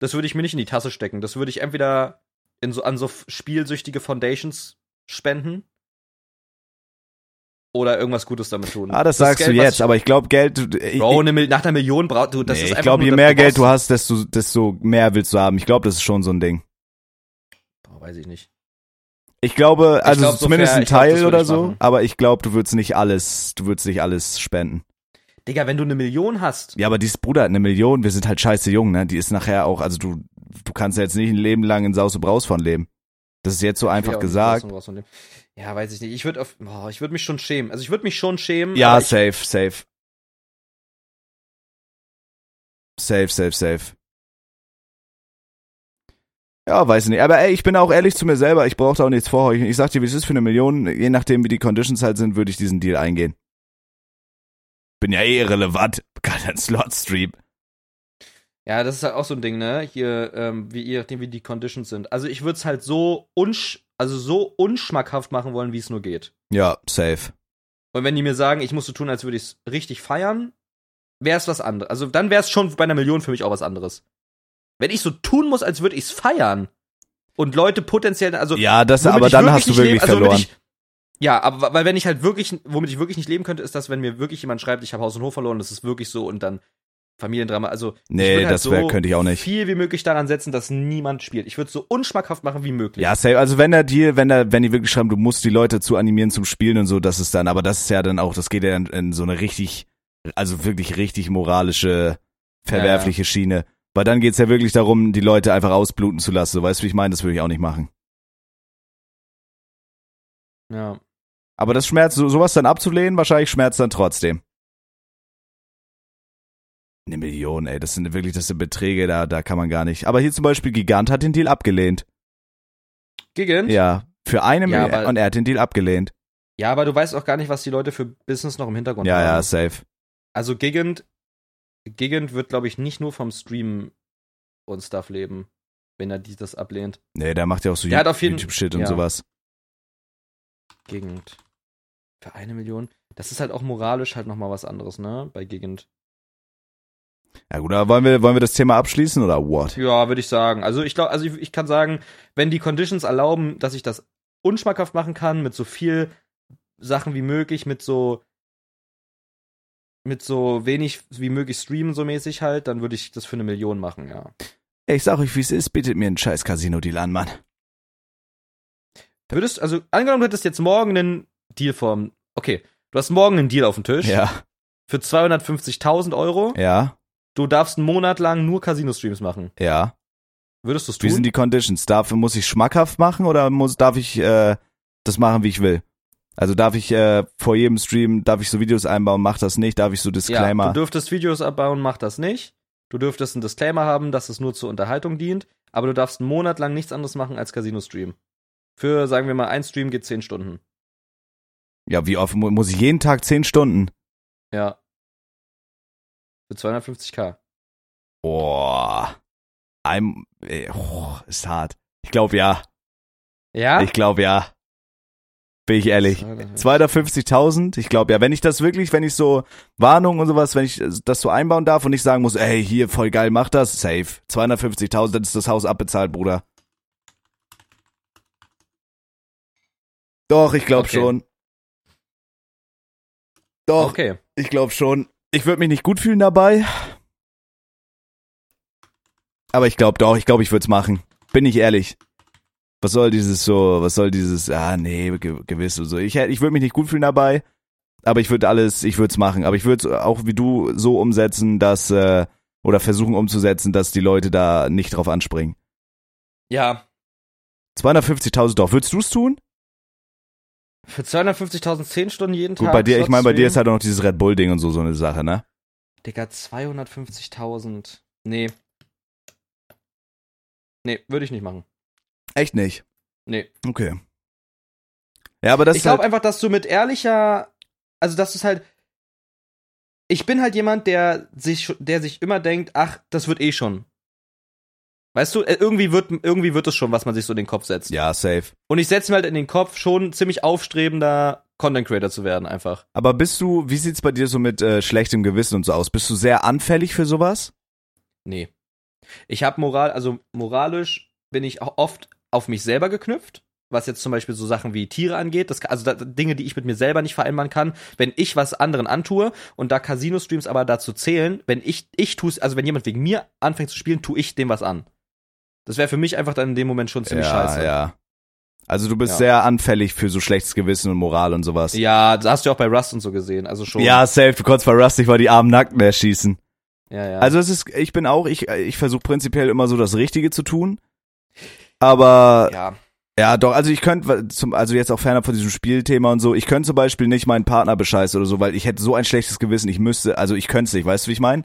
Speaker 2: das würde ich mir nicht in die Tasse stecken. Das würde ich entweder in so, an so f- spielsüchtige Foundations spenden oder irgendwas Gutes damit tun.
Speaker 1: ah, das, sagst
Speaker 2: Geld,
Speaker 1: du
Speaker 2: was
Speaker 1: jetzt,
Speaker 2: ich,
Speaker 1: aber ich glaube, Geld, du- ich,
Speaker 2: Bro,
Speaker 1: ich,
Speaker 2: eine, Mil- nach einer Million brauchst du, das
Speaker 1: nee,
Speaker 2: ist
Speaker 1: ich
Speaker 2: einfach
Speaker 1: glaube,
Speaker 2: nur,
Speaker 1: je
Speaker 2: das-
Speaker 1: mehr Geld du
Speaker 2: brauchst-
Speaker 1: hast, desto, desto mehr willst du haben. Ich glaube, das ist schon so ein Ding.
Speaker 2: Boah, weiß ich nicht.
Speaker 1: Ich glaube, also
Speaker 2: glaub, so
Speaker 1: zumindest
Speaker 2: fair,
Speaker 1: ein
Speaker 2: ich glaub,
Speaker 1: Teil
Speaker 2: das würd
Speaker 1: oder
Speaker 2: ich
Speaker 1: so,
Speaker 2: machen.
Speaker 1: aber ich glaube, du würdest nicht alles, du würdest nicht alles spenden.
Speaker 2: Digga, wenn du eine Million hast,
Speaker 1: Ja, aber dieses Bruder hat eine Million, wir sind halt scheiße jung, ne? Die ist nachher auch, also du, du kannst ja jetzt nicht ein Leben lang in Saus und Braus von leben. Das ist jetzt so
Speaker 2: Ja,
Speaker 1: einfach
Speaker 2: und
Speaker 1: gesagt.
Speaker 2: raus und raus und dem- Ja, weiß ich nicht. Ich würde ich würde mich schon schämen. Also ich würde mich schon schämen.
Speaker 1: Ja,
Speaker 2: aber ich,
Speaker 1: safe, safe. Safe, safe, safe. Ja, weiß nicht. Aber ey, ich bin auch ehrlich zu mir selber, ich brauche da auch nichts vorheucheln. Ich sag dir, wie es ist für eine Million, je nachdem wie die Conditions halt sind, würde ich diesen Deal eingehen. Bin ja eh irrelevant. Kann ein Slot-Stream.
Speaker 2: Ja, das ist halt auch so ein Ding, ne? Hier, ähm, wie, je nachdem, wie die Conditions sind. Also ich würde es halt so unsch also so unschmackhaft machen wollen, wie es nur geht.
Speaker 1: Ja, safe.
Speaker 2: Und wenn die mir sagen, ich muss so tun, als würde ich es richtig feiern, wäre es was anderes. Also dann wäre es schon bei einer Million für mich auch was anderes. Wenn ich so tun muss, als würde ich es feiern und Leute potenziell, also
Speaker 1: Ja, das,
Speaker 2: Womit
Speaker 1: aber
Speaker 2: ich
Speaker 1: dann hast du
Speaker 2: nicht leben-
Speaker 1: wirklich
Speaker 2: also womit
Speaker 1: verloren.
Speaker 2: Ich, ja, aber weil wenn ich halt wirklich, womit ich wirklich nicht leben könnte, ist das, wenn mir wirklich jemand schreibt, ich habe Haus und Hof verloren, das ist wirklich so und dann Familiendrama. Also
Speaker 1: Nee,
Speaker 2: ich würd
Speaker 1: das wär- könnte ich auch nicht.
Speaker 2: Viel wie möglich daran setzen, dass niemand spielt. Ich würde so unschmackhaft machen wie möglich.
Speaker 1: Ja, safe. Also wenn der Deal, wenn der, wenn die wirklich schreiben, du musst die Leute zu animieren zum Spielen und so, das ist dann, aber das ist ja dann auch, das geht ja dann in so eine richtig, also wirklich richtig moralische, verwerfliche Schiene. Weil dann geht's ja wirklich darum, die Leute einfach ausbluten zu lassen. So, weißt du, wie ich meine? Das würde ich auch nicht machen.
Speaker 2: Ja.
Speaker 1: Aber das schmerzt, so, sowas dann abzulehnen, wahrscheinlich schmerzt dann trotzdem. Eine Million, ey, das sind wirklich, das sind Beträge, da, da kann man gar nicht. Aber hier zum Beispiel Gigant hat den Deal abgelehnt.
Speaker 2: Gegen?
Speaker 1: Ja, für eine
Speaker 2: Ja,
Speaker 1: Million
Speaker 2: aber-
Speaker 1: und er hat den Deal abgelehnt.
Speaker 2: ja, aber du weißt auch gar nicht, was die Leute für Business noch im Hintergrund
Speaker 1: Ja,
Speaker 2: haben.
Speaker 1: ja, safe.
Speaker 2: Also Gigant, Gigant wird, glaube ich, nicht nur vom Stream und Stuff leben, wenn er die das ablehnt.
Speaker 1: Nee, der macht ja auch so
Speaker 2: Der hat auf jeden-
Speaker 1: YouTube-Shit und
Speaker 2: ja.
Speaker 1: sowas.
Speaker 2: Gegend. Für eine Million. Das ist halt auch moralisch halt nochmal was anderes, ne? Bei Gegend.
Speaker 1: Ja gut, aber wollen wir, wollen wir das Thema abschließen oder what?
Speaker 2: Ja, würde ich sagen. Also ich glaube, also ich, ich kann sagen, wenn die Conditions erlauben, dass ich das unschmackhaft machen kann, mit so viel Sachen wie möglich, mit so mit so wenig wie möglich streamen, so mäßig halt, dann würde ich das für eine Million machen, ja.
Speaker 1: Ey, ich sag euch, wie es ist, bietet mir einen scheiß Casino-Deal an, Mann.
Speaker 2: Würdest, also angenommen, du hättest jetzt morgen einen Deal vom, okay, du hast morgen einen Deal auf dem Tisch
Speaker 1: Ja,
Speaker 2: für 250.000 Euro.
Speaker 1: ja,
Speaker 2: Du darfst einen Monat lang nur Casino-Streams machen.
Speaker 1: ja.
Speaker 2: Würdest du es
Speaker 1: Wie
Speaker 2: tun?
Speaker 1: sind die Conditions? Darf, muss ich schmackhaft machen oder muss, darf ich äh, das machen, wie ich will? Also darf ich äh, vor jedem Stream, darf ich so Videos einbauen, mach das nicht, darf ich so
Speaker 2: Ja,
Speaker 1: Disclaimer.
Speaker 2: du dürftest Videos abbauen, mach das nicht. Du dürftest einen Disclaimer haben, dass es nur zur Unterhaltung dient, aber du darfst einen Monat lang nichts anderes machen als Casino-Stream. Für, sagen wir mal, ein Stream geht 10 Stunden.
Speaker 1: ja, wie oft mu- muss ich jeden Tag zehn Stunden?
Speaker 2: Ja. Für 250k.
Speaker 1: Boah. Ein, äh, oh, ist hart. Ich glaube ja.
Speaker 2: Ja?
Speaker 1: Ich glaube ja. Bin ich ehrlich. 250.000, ich glaube ja, wenn ich das wirklich, wenn ich so Warnungen und sowas, wenn ich äh, das so einbauen darf und nicht sagen muss, ey, hier voll geil, mach das, safe. 250.000, dann ist das Haus abbezahlt, Bruder. Doch, ich glaube
Speaker 2: Okay.
Speaker 1: schon. Doch,
Speaker 2: Okay.
Speaker 1: ich glaube schon. Ich würde mich nicht gut fühlen dabei. Aber ich glaube doch, ich glaube, ich würde es machen. Bin ich ehrlich. Was soll dieses so, was soll dieses, ah nee, ge gewiss und so. Ich, hätt- ich würde mich nicht gut fühlen dabei, aber ich würde alles, ich würde es machen. Aber ich würde es auch wie du so umsetzen, dass, äh, oder versuchen umzusetzen, dass die Leute da nicht drauf anspringen.
Speaker 2: Ja.
Speaker 1: 250.000 doch. Würdest du es tun?
Speaker 2: Für 250.000 10 Stunden jeden Tag.
Speaker 1: Gut, bei dir, ich meine, bei dir ist
Speaker 2: Slot-Stream.
Speaker 1: halt auch noch dieses Red Bull-Ding und so, so eine Sache, ne?
Speaker 2: Digga, 250.000. Nee. Nee, würde ich nicht machen.
Speaker 1: Echt nicht.
Speaker 2: Nee.
Speaker 1: Okay. Ja, aber das
Speaker 2: ich
Speaker 1: ist halt-
Speaker 2: glaube einfach, dass du mit ehrlicher, also dass es halt. Ich bin halt jemand, der sich, der sich immer denkt, ach, das wird eh schon. Weißt du, äh, irgendwie wird, irgendwie wird es schon, was man sich so in den Kopf setzt.
Speaker 1: Ja, safe.
Speaker 2: Und ich setze mir halt in den Kopf, schon ziemlich aufstrebender Content Creator zu werden, einfach.
Speaker 1: Aber bist du, wie sieht's bei dir so mit äh, schlechtem Gewissen und so aus? Bist du sehr anfällig für sowas?
Speaker 2: Nee. Ich habe moral, also moralisch bin ich auch oft auf mich selber geknüpft, was jetzt zum Beispiel so Sachen wie Tiere angeht, das, also da, Dinge, die ich mit mir selber nicht vereinbaren kann, wenn ich was anderen antue und da Casino-Streams aber dazu zählen, wenn ich, ich tu's, also wenn jemand wegen mir anfängt zu spielen, tue ich dem was an. Das wäre für mich einfach dann in dem Moment schon ziemlich
Speaker 1: ja,
Speaker 2: scheiße.
Speaker 1: ja. Also du bist
Speaker 2: Ja.
Speaker 1: sehr anfällig für so schlechtes Gewissen und Moral und sowas.
Speaker 2: Ja, das hast du ja auch bei Rust und so gesehen, also schon.
Speaker 1: Ja, safe. Du konntest bei Rusty war die armen Nackten erschießen.
Speaker 2: ja, ja.
Speaker 1: Also es ist, ich bin auch, ich, ich versuche prinzipiell immer so das Richtige zu tun. Aber
Speaker 2: ja.
Speaker 1: Ja, doch, also ich könnte, zum, also jetzt auch fernab von diesem Spielthema und so, ich könnte zum Beispiel nicht meinen Partner bescheißen oder so, weil ich hätte so ein schlechtes Gewissen, ich müsste, also ich könnte es nicht, weißt du, wie ich meine?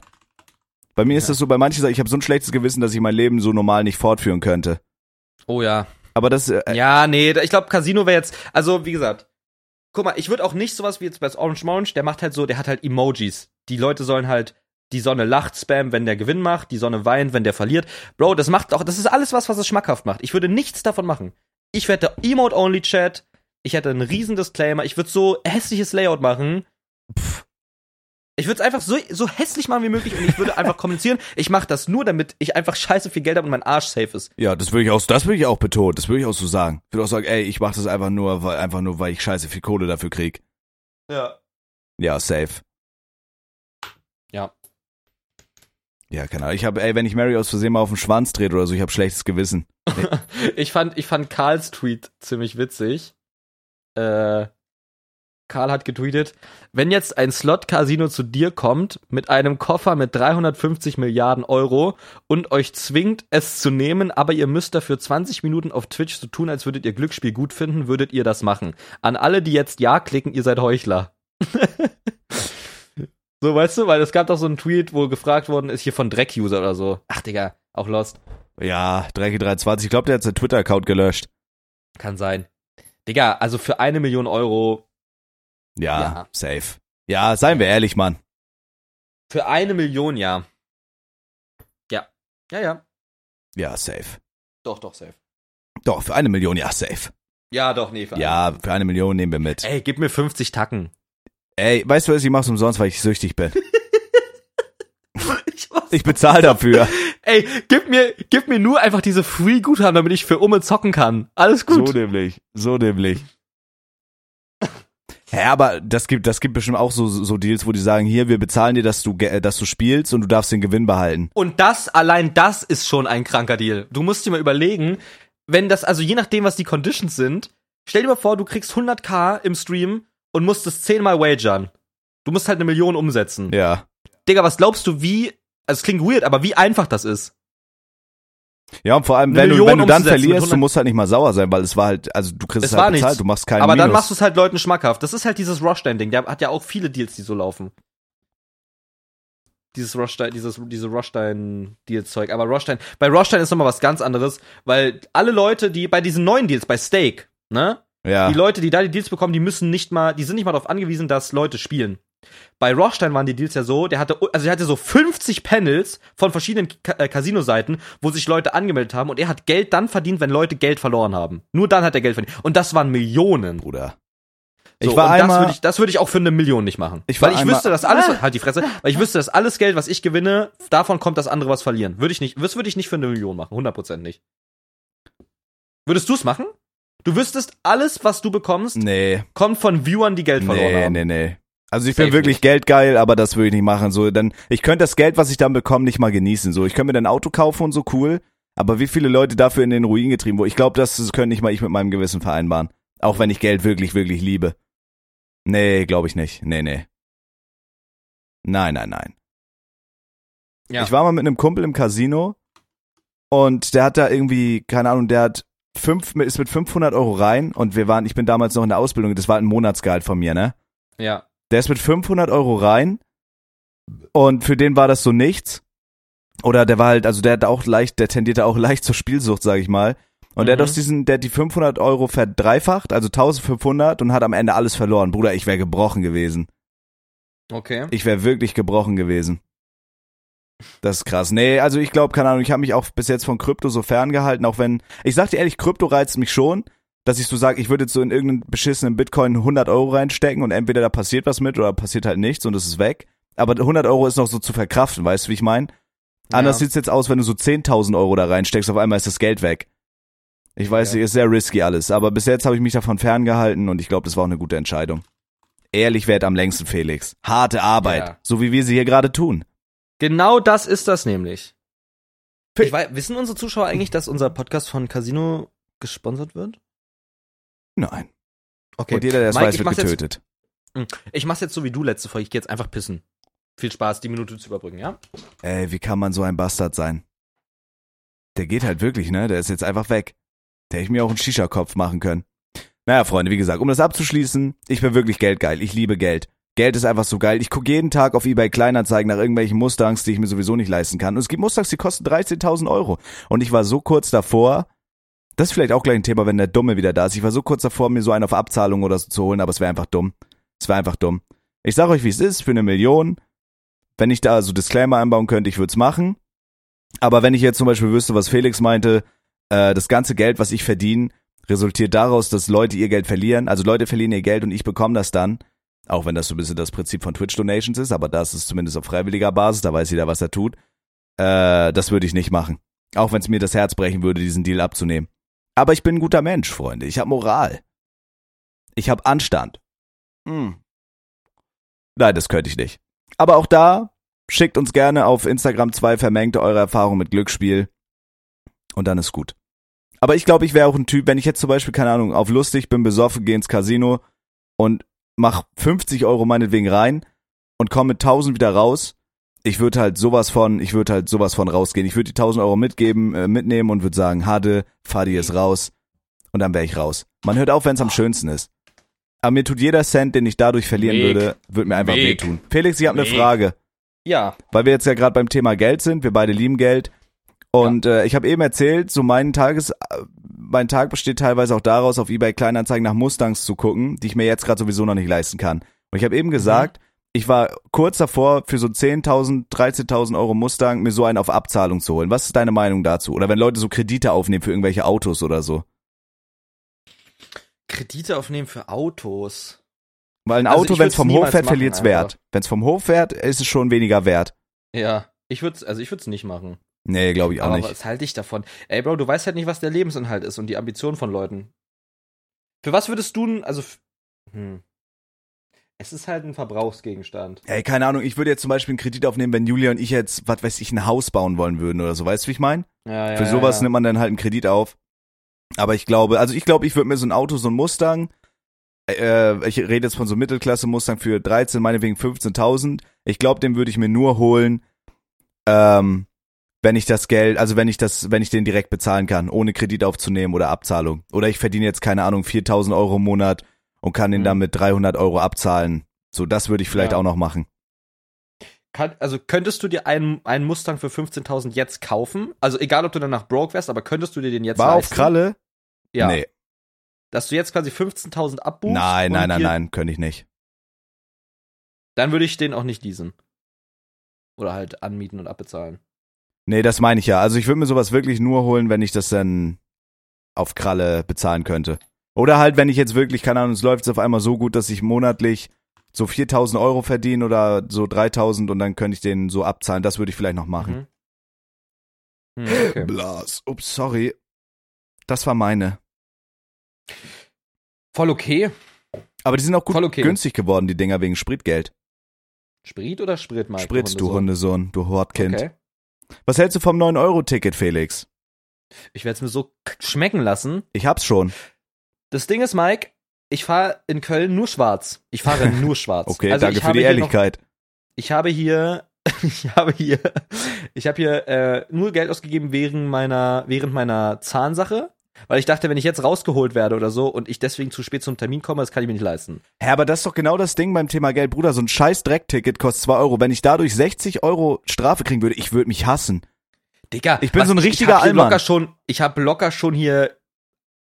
Speaker 1: Bei mir ist
Speaker 2: Ja.
Speaker 1: das so, bei manchen Sachen, ich habe so ein schlechtes Gewissen, dass ich mein Leben so normal nicht fortführen könnte.
Speaker 2: Oh ja.
Speaker 1: Aber das, äh,
Speaker 2: Ja, nee, da- ich glaube, Casino wäre jetzt, also wie gesagt, guck mal, ich würde auch nicht sowas wie jetzt bei Orange Mounge, der macht halt so, der hat halt Emojis. Die Leute sollen halt die Sonne lacht Spam, wenn der Gewinn macht, die Sonne weint, wenn der verliert. Bro, das macht auch, das ist alles was, was es schmackhaft macht. Ich würde nichts davon machen. Ich hätte Emote-Only-Chat, ich hätte einen riesen Disclaimer, ich würde so hässliches Layout machen. Pff. Ich würde es einfach so, so hässlich machen wie möglich und ich würde einfach kommunizieren, ich mache das nur, damit ich einfach scheiße viel Geld habe und mein Arsch safe ist.
Speaker 1: ja, das würde ich auch, das würde ich auch betonen, das würde ich auch so sagen. Ich würde auch sagen, ey, ich mache das einfach nur, weil, einfach nur, weil ich scheiße viel Kohle dafür krieg.
Speaker 2: Ja.
Speaker 1: Ja, safe.
Speaker 2: Ja.
Speaker 1: Ja, keine Ahnung. Ich habe, ey, wenn ich Mary aus Versehen mal auf den Schwanz dreht oder so, ich habe schlechtes Gewissen.
Speaker 2: Ich fand, ich fand Karls Tweet ziemlich witzig. Äh, Karl hat getweetet, wenn jetzt ein Slot-Casino zu dir kommt mit einem Koffer mit 350 Milliarden Euro und euch zwingt, es zu nehmen, aber ihr müsst dafür 20 Minuten auf Twitch so tun, als würdet ihr Glücksspiel gut finden, würdet ihr das machen. An alle, die jetzt Ja klicken, ihr seid Heuchler. so, weißt du, weil es gab doch so einen Tweet, wo gefragt worden ist, hier von Dreck-User oder so. Ach, Digga, auch Lost.
Speaker 1: Ja, 3G320, ich glaube, der hat seinen Twitter-Account gelöscht.
Speaker 2: Kann sein. Digga, also für eine Million Euro,
Speaker 1: Ja,
Speaker 2: Ja.
Speaker 1: safe. Ja, seien wir ehrlich, Mann.
Speaker 2: für eine Million, ja. Ja. Ja, ja.
Speaker 1: Ja, safe.
Speaker 2: Doch, doch, safe.
Speaker 1: Doch, für eine Million, ja, safe.
Speaker 2: Ja, doch, nee. Für
Speaker 1: Ja, für eine Million nehmen wir mit.
Speaker 2: Ey, gib mir 50 Tacken.
Speaker 1: Ey, weißt du was, ich mach's umsonst, weil ich süchtig bin.
Speaker 2: ich was.
Speaker 1: Ich bezahle dafür.
Speaker 2: Ey, gib mir, gib mir nur einfach diese Free-Guthaben, damit ich für Umme zocken kann. Alles
Speaker 1: so
Speaker 2: gut.
Speaker 1: nämlich. So nämlich. Hä, aber das gibt, das gibt bestimmt auch so, so Deals, wo die sagen, hier, wir bezahlen dir, dass du, ge- äh, dass du spielst und du darfst den Gewinn behalten.
Speaker 2: Und das, allein das ist schon ein kranker Deal. Du musst dir mal überlegen, wenn das, also je nachdem, was die Conditions sind, stell dir mal vor, du kriegst 100k im Stream und musst es 10 mal wagern. Du musst halt eine Million umsetzen.
Speaker 1: Ja.
Speaker 2: Digga, was glaubst du, wie, also es klingt weird, aber wie einfach das ist?
Speaker 1: Ja, und vor allem,
Speaker 2: Eine
Speaker 1: wenn du,
Speaker 2: Million
Speaker 1: wenn du dann
Speaker 2: umzusetzen mit
Speaker 1: verlierst, du
Speaker 2: 100
Speaker 1: musst halt nicht mal sauer sein, weil es war halt, also du kriegst
Speaker 2: Es
Speaker 1: es, halt
Speaker 2: war
Speaker 1: bezahlt,
Speaker 2: nichts.
Speaker 1: du machst keinen
Speaker 2: aber
Speaker 1: Minus.
Speaker 2: dann machst du es halt Leuten schmackhaft. Das ist halt dieses Rush-Standing. Der hat ja auch viele Deals, die so laufen. Dieses Rushstein, dieses, diese Rushstein-Deal-Zeug. Aber Rushstein, bei Rushstein ist nochmal was ganz anderes, weil alle Leute, die bei diesen neuen Deals, bei Stake, ne?
Speaker 1: ja.
Speaker 2: Die Leute, die da die Deals bekommen, die müssen nicht mal, die sind nicht mal darauf angewiesen, dass Leute spielen. Bei Rothstein waren die Deals ja so, der hatte, also der hatte so 50 Panels von verschiedenen Ka äh, Casino-Seiten, wo sich Leute angemeldet haben und er hat Geld dann verdient, wenn Leute Geld verloren haben. Nur dann hat er Geld verdient. Und das waren Millionen.
Speaker 1: Bruder.
Speaker 2: So,
Speaker 1: ich war
Speaker 2: und das
Speaker 1: einmal,
Speaker 2: würde ich, das würd ich auch für eine Million nicht machen.
Speaker 1: Ich war
Speaker 2: weil ich
Speaker 1: einmal- Ah.
Speaker 2: wüsste, dass alles, halt die Fresse, weil ich wüsste, dass alles Geld, was ich gewinne, davon kommt, dass andere was verlieren. Würde ich nicht, das würde ich nicht für eine Million machen, 100% nicht. Würdest du es machen? Du wüsstest, alles, was du bekommst,
Speaker 1: nee,
Speaker 2: kommt von Viewern, die Geld verloren
Speaker 1: nee,
Speaker 2: haben.
Speaker 1: nee, nee. Also ich
Speaker 2: Safe
Speaker 1: bin wirklich geldgeil, aber das würde ich nicht machen. So, dann, ich könnte das Geld, was ich dann bekomme, nicht mal genießen. So, ich könnte mir dann ein Auto kaufen und so cool, aber wie viele Leute dafür in den Ruin getrieben wurden? Ich glaube, das könnte nicht mal ich mit meinem Gewissen vereinbaren. Auch wenn ich Geld wirklich, wirklich liebe. Nee, glaube ich nicht. Nee, nee. Nein, nein, nein.
Speaker 2: Ja.
Speaker 1: Ich war mal mit einem Kumpel im Casino und der hat da irgendwie, keine Ahnung, der hat fünf, ist mit 500 Euro rein und wir waren, ich bin damals noch in der Ausbildung, das war ein Monatsgehalt von mir, ne?
Speaker 2: Ja.
Speaker 1: Der ist mit 500 Euro rein und für den war das so nichts. Oder der war halt, also der hat auch leicht, der tendierte auch leicht zur Spielsucht, sag ich mal. Und der hat
Speaker 2: Mhm.
Speaker 1: aus diesen, der hat die 500 Euro verdreifacht, also 1500 und hat am Ende alles verloren. Bruder, ich wäre gebrochen gewesen.
Speaker 2: Okay.
Speaker 1: Ich wäre wirklich gebrochen gewesen. Das ist krass. Nee, also ich glaube, keine Ahnung, ich habe mich auch bis jetzt von Krypto so ferngehalten, auch wenn, ich sag dir ehrlich, Krypto reizt mich schon, dass ich so sage, ich würde jetzt so in irgendeinen beschissenen Bitcoin 100 Euro reinstecken und entweder da passiert was mit oder passiert halt nichts und es ist weg. Aber 100 Euro ist noch so zu verkraften, weißt du, wie ich meine? Anders sieht's jetzt aus, wenn du so 10.000 Euro da reinsteckst, auf einmal ist das Geld weg. Ich weiß,
Speaker 2: Ja.
Speaker 1: ist sehr risky alles, aber bis jetzt habe ich mich davon ferngehalten und ich glaube, das war auch eine gute Entscheidung. Ehrlich wert am längsten, Felix. Harte Arbeit,
Speaker 2: Ja.
Speaker 1: so wie wir sie hier gerade tun.
Speaker 2: Genau das ist das nämlich.
Speaker 1: Fe-
Speaker 2: Ich weiß, wissen unsere Zuschauer eigentlich, dass unser Podcast von Casino gesponsert wird?
Speaker 1: Nein.
Speaker 2: Okay.
Speaker 1: Und jeder, der es
Speaker 2: Mike,
Speaker 1: weiß,
Speaker 2: ich
Speaker 1: wird
Speaker 2: mach's jetzt-
Speaker 1: getötet.
Speaker 2: Ich mach's jetzt so wie du letzte Folge. Ich gehe jetzt einfach pissen. Viel Spaß, die Minute zu überbrücken, ja?
Speaker 1: Ey, wie kann man so ein Bastard sein? Der geht halt wirklich, ne? Der ist jetzt einfach weg. Der hätte ich mir auch einen Shisha-Kopf machen können. Naja, Freunde, wie gesagt, um das abzuschließen, ich bin wirklich geldgeil. Ich liebe Geld. Geld ist einfach so geil. Ich gucke jeden Tag auf eBay Kleinanzeigen nach irgendwelchen Mustangs, die ich mir sowieso nicht leisten kann. Und es gibt Mustangs, die kosten 13.000 Euro. Und ich war so kurz davor, das ist vielleicht auch gleich ein Thema, wenn der Dumme wieder da ist. Ich war so kurz davor, mir so einen auf Abzahlung oder so zu holen, aber es wäre einfach dumm. Es wäre einfach dumm. Ich sag euch, wie es ist, für eine Million wenn ich da so Disclaimer einbauen könnte, ich würde es machen. Aber wenn ich jetzt zum Beispiel wüsste, was Felix meinte, äh, das ganze Geld, was ich verdiene, resultiert daraus, dass Leute ihr Geld verlieren. Also Leute verlieren ihr Geld und ich bekomme das dann. Auch wenn das so ein bisschen das Prinzip von Twitch-Donations ist, aber das ist zumindest auf freiwilliger Basis, da weiß jeder, was er tut. Äh, das würde ich nicht machen. Auch wenn es mir das Herz brechen würde, diesen Deal abzunehmen. Aber ich bin ein guter Mensch, Freunde. Ich habe Moral. Ich habe Anstand. Hm. Nein, das könnte ich nicht. Aber auch da Schickt uns gerne auf Instagram zwei Vermengte eure Erfahrung mit Glücksspiel. Und dann ist gut. Aber ich glaube, ich wäre auch ein Typ, wenn ich jetzt zum Beispiel, keine Ahnung, auf lustig bin, besoffen, gehe ins Casino und mach 50 Euro meinetwegen rein und komme mit 1000 wieder raus. Ich würde halt sowas von, ich würde halt sowas von rausgehen. Ich würde die 1000 Euro mitgeben, äh, mitnehmen und würde sagen, Hade, Fadi ist raus. Und dann wäre ich raus. Man hört auf, wenn es am schönsten ist. Aber mir tut jeder Cent, den ich dadurch verlieren
Speaker 2: Weg.
Speaker 1: würde, würde mir einfach
Speaker 2: Weg.
Speaker 1: wehtun. Felix, ich habe eine
Speaker 2: Weg.
Speaker 1: Frage
Speaker 2: Ja.
Speaker 1: weil wir jetzt ja gerade beim Thema Geld sind, wir beide lieben Geld. Und äh, ich habe eben erzählt, so mein Tages, äh, mein Tag besteht teilweise auch daraus, auf eBay Kleinanzeigen nach Mustangs zu gucken, die ich mir jetzt gerade sowieso noch nicht leisten kann. Und ich habe
Speaker 2: Mhm.
Speaker 1: eben gesagt, ich war kurz davor, für so 10.000, 13.000 Euro Mustang mir so einen auf Abzahlung zu holen. Was ist deine Meinung dazu? Oder wenn Leute so Kredite aufnehmen für irgendwelche Autos oder so?
Speaker 2: Kredite aufnehmen für Autos.
Speaker 1: Weil ein
Speaker 2: Also
Speaker 1: Auto,
Speaker 2: ich
Speaker 1: wenn es
Speaker 2: würd's
Speaker 1: vom
Speaker 2: niemals
Speaker 1: Hof fährt,
Speaker 2: machen, also
Speaker 1: verliert es
Speaker 2: Alter.
Speaker 1: Wert. Wenn es vom Hof fährt, ist es schon weniger wert.
Speaker 2: Ja. Ich würde also ich würde es nicht machen.
Speaker 1: Nee, glaube ich auch
Speaker 2: aber
Speaker 1: nicht.
Speaker 2: was halte ich davon? Ey, Bro, du weißt halt nicht, was der Lebensinhalt ist und die Ambition von Leuten. Für was würdest du, n- also, f- hm. Es ist halt ein Verbrauchsgegenstand.
Speaker 1: Ey, keine Ahnung, ich würde jetzt zum Beispiel einen Kredit aufnehmen, wenn Julia und ich jetzt, was weiß ich, ein Haus bauen wollen würden oder so. Weißt du, wie ich meine?
Speaker 2: Ja, ja,
Speaker 1: Für sowas
Speaker 2: ja,
Speaker 1: nimmt man dann halt einen Kredit auf. Aber ich glaube, also ich glaube, ich würde mir so ein Auto, so ein Mustang, äh, ich rede jetzt von so Mittelklasse-Mustang für 13, meinetwegen 15.000. Ich glaube, den würde ich mir nur holen, ähm, wenn ich das Geld, also wenn ich das, wenn ich den direkt bezahlen kann, ohne Kredit aufzunehmen oder Abzahlung. Oder ich verdiene jetzt, keine Ahnung, 4.000 Euro im Monat und kann den
Speaker 2: Mhm.
Speaker 1: dann mit 300 Euro abzahlen. So, das würde ich vielleicht
Speaker 2: Ja.
Speaker 1: auch noch machen.
Speaker 2: Kann, also könntest du dir einen, einen Mustang für 15.000 jetzt kaufen? Also egal, ob du danach broke wärst, aber könntest du dir den jetzt
Speaker 1: War auf
Speaker 2: leisten?
Speaker 1: Kralle?
Speaker 2: Ja.
Speaker 1: Nee.
Speaker 2: Dass du jetzt quasi 15.000 abbuchst?
Speaker 1: Nein,
Speaker 2: und
Speaker 1: nein, nein,
Speaker 2: dir-
Speaker 1: nein, könnte ich nicht.
Speaker 2: Dann würde ich den auch nicht leasen. Oder halt anmieten und abbezahlen.
Speaker 1: Nee, das meine ich ja. Also ich würde mir sowas wirklich nur holen, wenn ich das dann auf Kralle bezahlen könnte. Oder halt, wenn ich jetzt wirklich, keine Ahnung, es läuft jetzt auf einmal so gut, dass ich monatlich so 4000 Euro verdiene oder so 3000 und dann könnte ich den so abzahlen. Das würde ich vielleicht noch machen.
Speaker 2: Mhm. Hm, okay.
Speaker 1: Blas. Ups, sorry. Das war meine.
Speaker 2: Voll okay.
Speaker 1: Aber die sind auch gut
Speaker 2: Voll okay.
Speaker 1: günstig geworden, die Dinger, wegen Spritgeld.
Speaker 2: Sprit oder Sprit, Mike?
Speaker 1: Sprit, du Hundesohn, du Hortkind.
Speaker 2: Okay.
Speaker 1: Was hältst du vom 9-Euro-Ticket, Felix?
Speaker 2: Ich werde es mir so k- schmecken lassen.
Speaker 1: Ich hab's schon.
Speaker 2: Das Ding ist, Mike, ich fahre in Köln nur schwarz. Ich fahre nur schwarz.
Speaker 1: Okay,
Speaker 2: Also
Speaker 1: danke
Speaker 2: ich
Speaker 1: für
Speaker 2: habe
Speaker 1: die
Speaker 2: hier noch-
Speaker 1: Ehrlichkeit.
Speaker 2: ich habe hier, ich habe hier, ich habe hier äh, nur Geld ausgegeben während meiner, während meiner Zahnsache, weil ich dachte, wenn ich jetzt rausgeholt werde oder so und ich deswegen zu spät zum Termin komme, das kann ich mir nicht leisten.
Speaker 1: Hä, aber das ist doch genau das Ding beim Thema Geld, Bruder. So ein scheiß Dreckticket kostet 2 Euro. Wenn ich dadurch 60 Euro Strafe kriegen würde, ich würde mich hassen.
Speaker 2: Digga,
Speaker 1: Ich bin so ein richtiger
Speaker 2: ich hab hier
Speaker 1: Allmann.
Speaker 2: locker schon, ich habe locker schon hier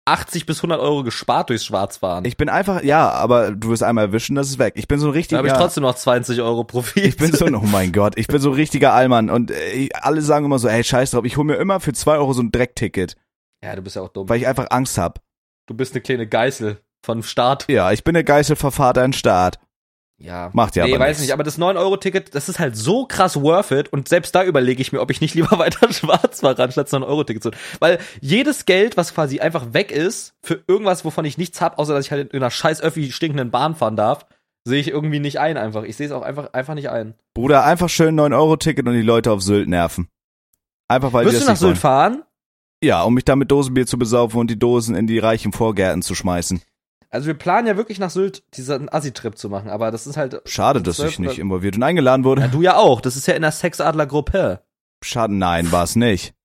Speaker 2: 80 bis 100 Euro gespart durchs Schwarzfahren.
Speaker 1: Ich bin einfach, ja, aber du wirst einmal erwischen, das ist weg. Ich bin so ein
Speaker 2: da
Speaker 1: richtiger,
Speaker 2: habe ich trotzdem noch 20 Euro Profit.
Speaker 1: ich bin so ein, oh mein Gott, ich bin so ein richtiger Allmann. Und äh, alle sagen immer so, ey, scheiß drauf, ich hole mir immer für 2 Euro so ein Dreckticket,
Speaker 2: ja, du bist ja auch dumm.
Speaker 1: weil ich einfach Angst hab.
Speaker 2: Du bist eine kleine Geißel vom Staat.
Speaker 1: Ja, ich bin der Geißelverfahrt ein Staat.
Speaker 2: Ja.
Speaker 1: Macht ja
Speaker 2: nee,
Speaker 1: aber
Speaker 2: weiß
Speaker 1: nix.
Speaker 2: nicht, aber das 9-Euro-Ticket, das ist halt so krass worth it und selbst da überlege ich mir, ob ich nicht lieber weiter schwarz war, anstatt 9-Euro-Ticket zu Weil jedes Geld, was quasi einfach weg ist, für irgendwas, wovon ich nichts hab, außer dass ich halt in einer scheiß öffi stinkenden Bahn fahren darf, sehe ich irgendwie nicht ein einfach. Ich sehe es auch einfach, einfach nicht ein.
Speaker 1: Bruder, einfach schön 9 Euro Ticket und die Leute auf Sylt nerven. Einfach weil die
Speaker 2: Wirst
Speaker 1: das
Speaker 2: du nach
Speaker 1: nicht wollen.
Speaker 2: Sylt fahren?
Speaker 1: Ja, um mich dann mit Dosenbier zu besaufen und die Dosen in die reichen Vorgärten zu schmeißen.
Speaker 2: Also wir planen ja wirklich nach Sylt diesen Assi-Trip zu machen, aber das ist halt,
Speaker 1: Schade, dass ich
Speaker 2: Zwölf
Speaker 1: nicht
Speaker 2: oder-
Speaker 1: involviert und eingeladen wurde.
Speaker 2: ja, du ja auch, das ist ja in der Sexadler-Gruppe.
Speaker 1: Schade, nein, war es nicht.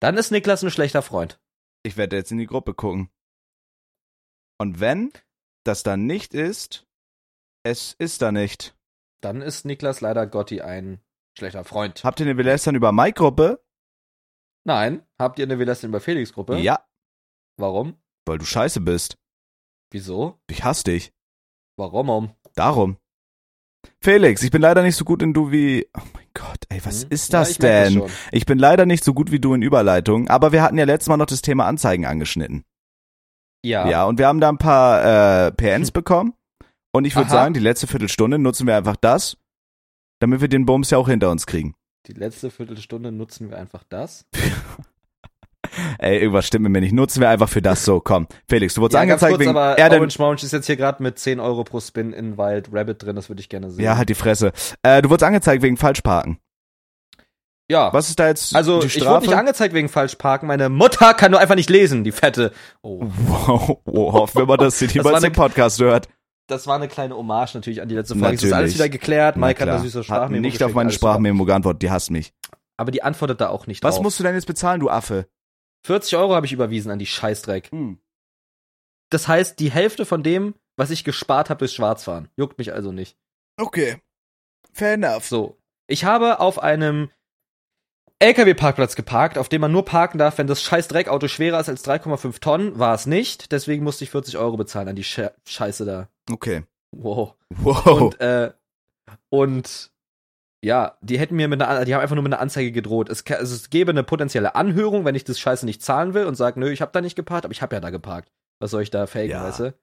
Speaker 2: Dann ist Niklas ein schlechter Freund.
Speaker 1: Ich werde jetzt in die Gruppe gucken. Und wenn das dann nicht ist, es ist da nicht.
Speaker 2: Dann ist Niklas leider Gotti ein schlechter Freund.
Speaker 1: Habt ihr eine Belästern über Mike-Gruppe?
Speaker 2: Nein. Habt ihr eine Wir lassen über Felix-Gruppe?
Speaker 1: Ja,
Speaker 2: Warum?
Speaker 1: weil du scheiße bist.
Speaker 2: Wieso?
Speaker 1: Ich hasse dich.
Speaker 2: Warum? Um?
Speaker 1: Darum. Felix, ich bin leider nicht so gut in du wie. Oh mein Gott, ey, was
Speaker 2: Hm?
Speaker 1: ist
Speaker 2: Ja,
Speaker 1: das
Speaker 2: ich merk
Speaker 1: denn?
Speaker 2: schon.
Speaker 1: ich bin leider nicht so gut wie du in Überleitung, aber wir hatten ja letztes Mal noch das Thema Anzeigen angeschnitten.
Speaker 2: Ja. Hm.
Speaker 1: Ja. und wir haben da ein paar äh, PNs bekommen. Und ich würde
Speaker 2: Aha.
Speaker 1: sagen, die letzte Viertelstunde nutzen wir einfach das, damit wir den Bums ja auch hinter uns kriegen.
Speaker 2: Die letzte Viertelstunde nutzen wir einfach das.
Speaker 1: Ey, irgendwas stimmt mit mir nicht. Nutzen wir einfach für das so. Komm, Felix, du wurdest
Speaker 2: ganz
Speaker 1: angezeigt wegen
Speaker 2: aber
Speaker 1: Erde.
Speaker 2: Orange Mounge ist jetzt hier gerade mit 10 Euro pro Spin in Wild Rabbit drin. Das würde ich gerne sehen.
Speaker 1: Ja, halt die Fresse. Äh, du wurdest angezeigt wegen Falschparken.
Speaker 2: ja.
Speaker 1: Was ist da jetzt
Speaker 2: Also,
Speaker 1: die
Speaker 2: ich wurde
Speaker 1: Strafe?
Speaker 2: nicht angezeigt wegen Falschparken. Meine Mutter kann nur einfach nicht lesen, die Fette. Oh,
Speaker 1: wow, wow, hoffen wir mal, dass sie
Speaker 2: war
Speaker 1: niemals
Speaker 2: eine-
Speaker 1: den Podcast hört.
Speaker 2: das war eine kleine Hommage natürlich an die letzte Folge. Das ist
Speaker 1: Natürlich.
Speaker 2: alles wieder geklärt.
Speaker 1: Na
Speaker 2: Mike hat
Speaker 1: klar.
Speaker 2: eine süße
Speaker 1: Hat
Speaker 2: Sprachmemo
Speaker 1: Nicht auf
Speaker 2: geschickt,
Speaker 1: meine
Speaker 2: alles super.
Speaker 1: Sprachmemo geantwortet, die hasst mich.
Speaker 2: Aber die antwortet da auch nicht
Speaker 1: Was
Speaker 2: drauf.
Speaker 1: musst du denn jetzt bezahlen, du Affe?
Speaker 2: 40 Euro habe ich überwiesen an die Scheißdreck.
Speaker 1: Hm.
Speaker 2: Das heißt, die Hälfte von dem, was ich gespart habe durchs Schwarzfahren. Juckt mich also nicht.
Speaker 1: Okay. Fair enough.
Speaker 2: So. Ich habe auf einem LKW-Parkplatz geparkt, auf dem man nur parken darf, wenn das scheiß Dreckauto schwerer ist als 3,5 Tonnen. War es nicht. Deswegen musste ich 40 Euro bezahlen an die Sche Scheiße da.
Speaker 1: Okay.
Speaker 2: Wow.
Speaker 1: Wow.
Speaker 2: Und, äh, und ja, die hätten mir mit einer, An- die haben einfach nur mit einer Anzeige gedroht. Es, ka- also es gäbe eine potenzielle Anhörung, wenn ich das Scheiße nicht zahlen will und sage, nö, ich habe da nicht geparkt, aber ich habe ja da geparkt. Was soll ich da faken,
Speaker 1: Ja.
Speaker 2: weißt du?